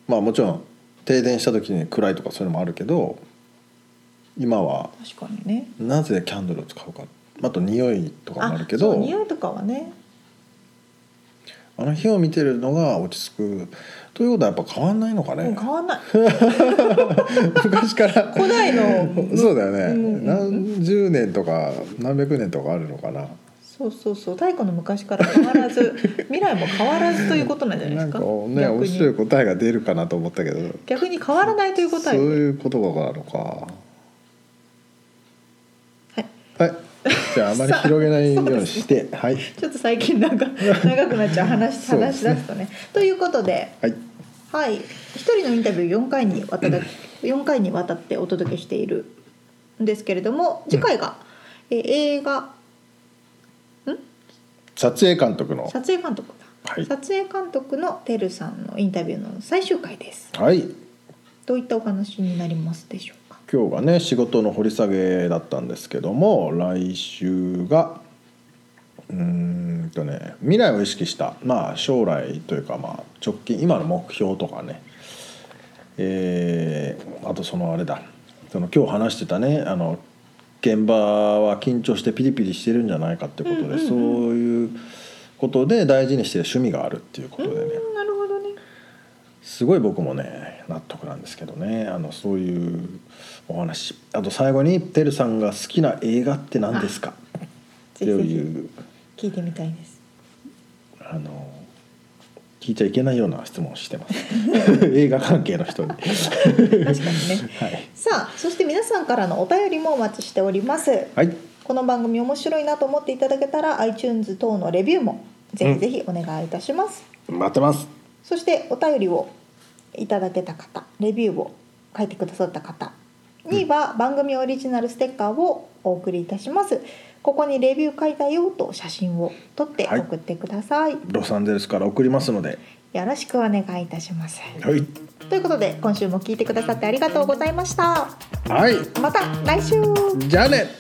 [SPEAKER 2] まあもちろん停電した時に暗いとかそういうのもあるけど今は
[SPEAKER 1] 確かにね
[SPEAKER 2] なぜキャンドルを使うかあと匂いとかもあるけ
[SPEAKER 1] そ
[SPEAKER 2] ど
[SPEAKER 1] う匂いとかはね
[SPEAKER 2] あの火を見てるのが落ち着くということはやっぱ変わんないのか
[SPEAKER 1] もう
[SPEAKER 2] ね
[SPEAKER 1] 変わんない
[SPEAKER 2] [LAUGHS] 昔から
[SPEAKER 1] 古代の
[SPEAKER 2] [LAUGHS] そうだよね、
[SPEAKER 1] うんうん
[SPEAKER 2] 何十年とか何百年とかあるのかな
[SPEAKER 1] そうそうそう太古の昔から変わら
[SPEAKER 2] [LAUGHS]
[SPEAKER 1] ず未来も変わらずということなんじゃないで
[SPEAKER 2] な
[SPEAKER 1] すか
[SPEAKER 2] んかね
[SPEAKER 1] 逆
[SPEAKER 2] 面
[SPEAKER 1] に
[SPEAKER 2] 白い答えが出るかなと思ったけど
[SPEAKER 1] 逆に変わらないという答
[SPEAKER 2] そう
[SPEAKER 1] えは
[SPEAKER 2] いう言葉があるのか
[SPEAKER 1] い [LAUGHS]
[SPEAKER 2] はいじゃああまり広げないようにして、はい
[SPEAKER 1] ちょっと最近なんか長くなっちゃう話
[SPEAKER 2] そうで
[SPEAKER 1] 話し
[SPEAKER 2] すね
[SPEAKER 1] 出すとねということで
[SPEAKER 2] はい
[SPEAKER 1] はい一人のインタビュー4回にわただ4回にわたってお届けしているんですけれども次回が、えー映画
[SPEAKER 2] 撮影監督の
[SPEAKER 1] 撮影監督だ、
[SPEAKER 2] はい
[SPEAKER 1] 撮影監督のてるさんのインタビューの最終回です
[SPEAKER 2] はい
[SPEAKER 1] どういったお話になりますでしょうか
[SPEAKER 2] 今日がね仕事の掘り下げだったんですけども来週がうーんとね未来を意識した、まあ、将来というか、まあ、直近今の目標とかね、えーあとそのあれだその今日話してたねあの現場は緊張してピリピリしてるんじゃないかってことで、
[SPEAKER 1] うんうんうん
[SPEAKER 2] そういうことで大事にしてる趣味があるっていうことでね、
[SPEAKER 1] うんなるほどね
[SPEAKER 2] すごい僕もね納得なんですけどねあのそういうお話あと最後に「てるさんが好きな映画って何ですか?」って
[SPEAKER 1] ぜひぜひ
[SPEAKER 2] いう
[SPEAKER 1] 聞いてみたいです
[SPEAKER 2] あの聞いちゃいけないような質問をしてます [LAUGHS] 映画関係の人 [LAUGHS] に。
[SPEAKER 1] 確かにね
[SPEAKER 2] [LAUGHS] はい、
[SPEAKER 1] さあそして皆さんからのお便りもお待ちしております
[SPEAKER 2] はい
[SPEAKER 1] この番組面白いなと思っていただけたら iTunes 等のレビューもぜひぜひお願いいたします、
[SPEAKER 2] 待ってます
[SPEAKER 1] そしてお便りをいただけた方レビューを書いてくださった方には番組オリジナルステッカーをお送りいたしますここにレビュー書いたよと写真を撮って
[SPEAKER 2] はい
[SPEAKER 1] 送ってください、
[SPEAKER 2] ロサンゼルスから送りますので、
[SPEAKER 1] よろしくお願いいたします
[SPEAKER 2] はい、
[SPEAKER 1] ということで今週も聞いてくださってありがとうございました
[SPEAKER 2] はい、
[SPEAKER 1] また来週
[SPEAKER 2] じゃあね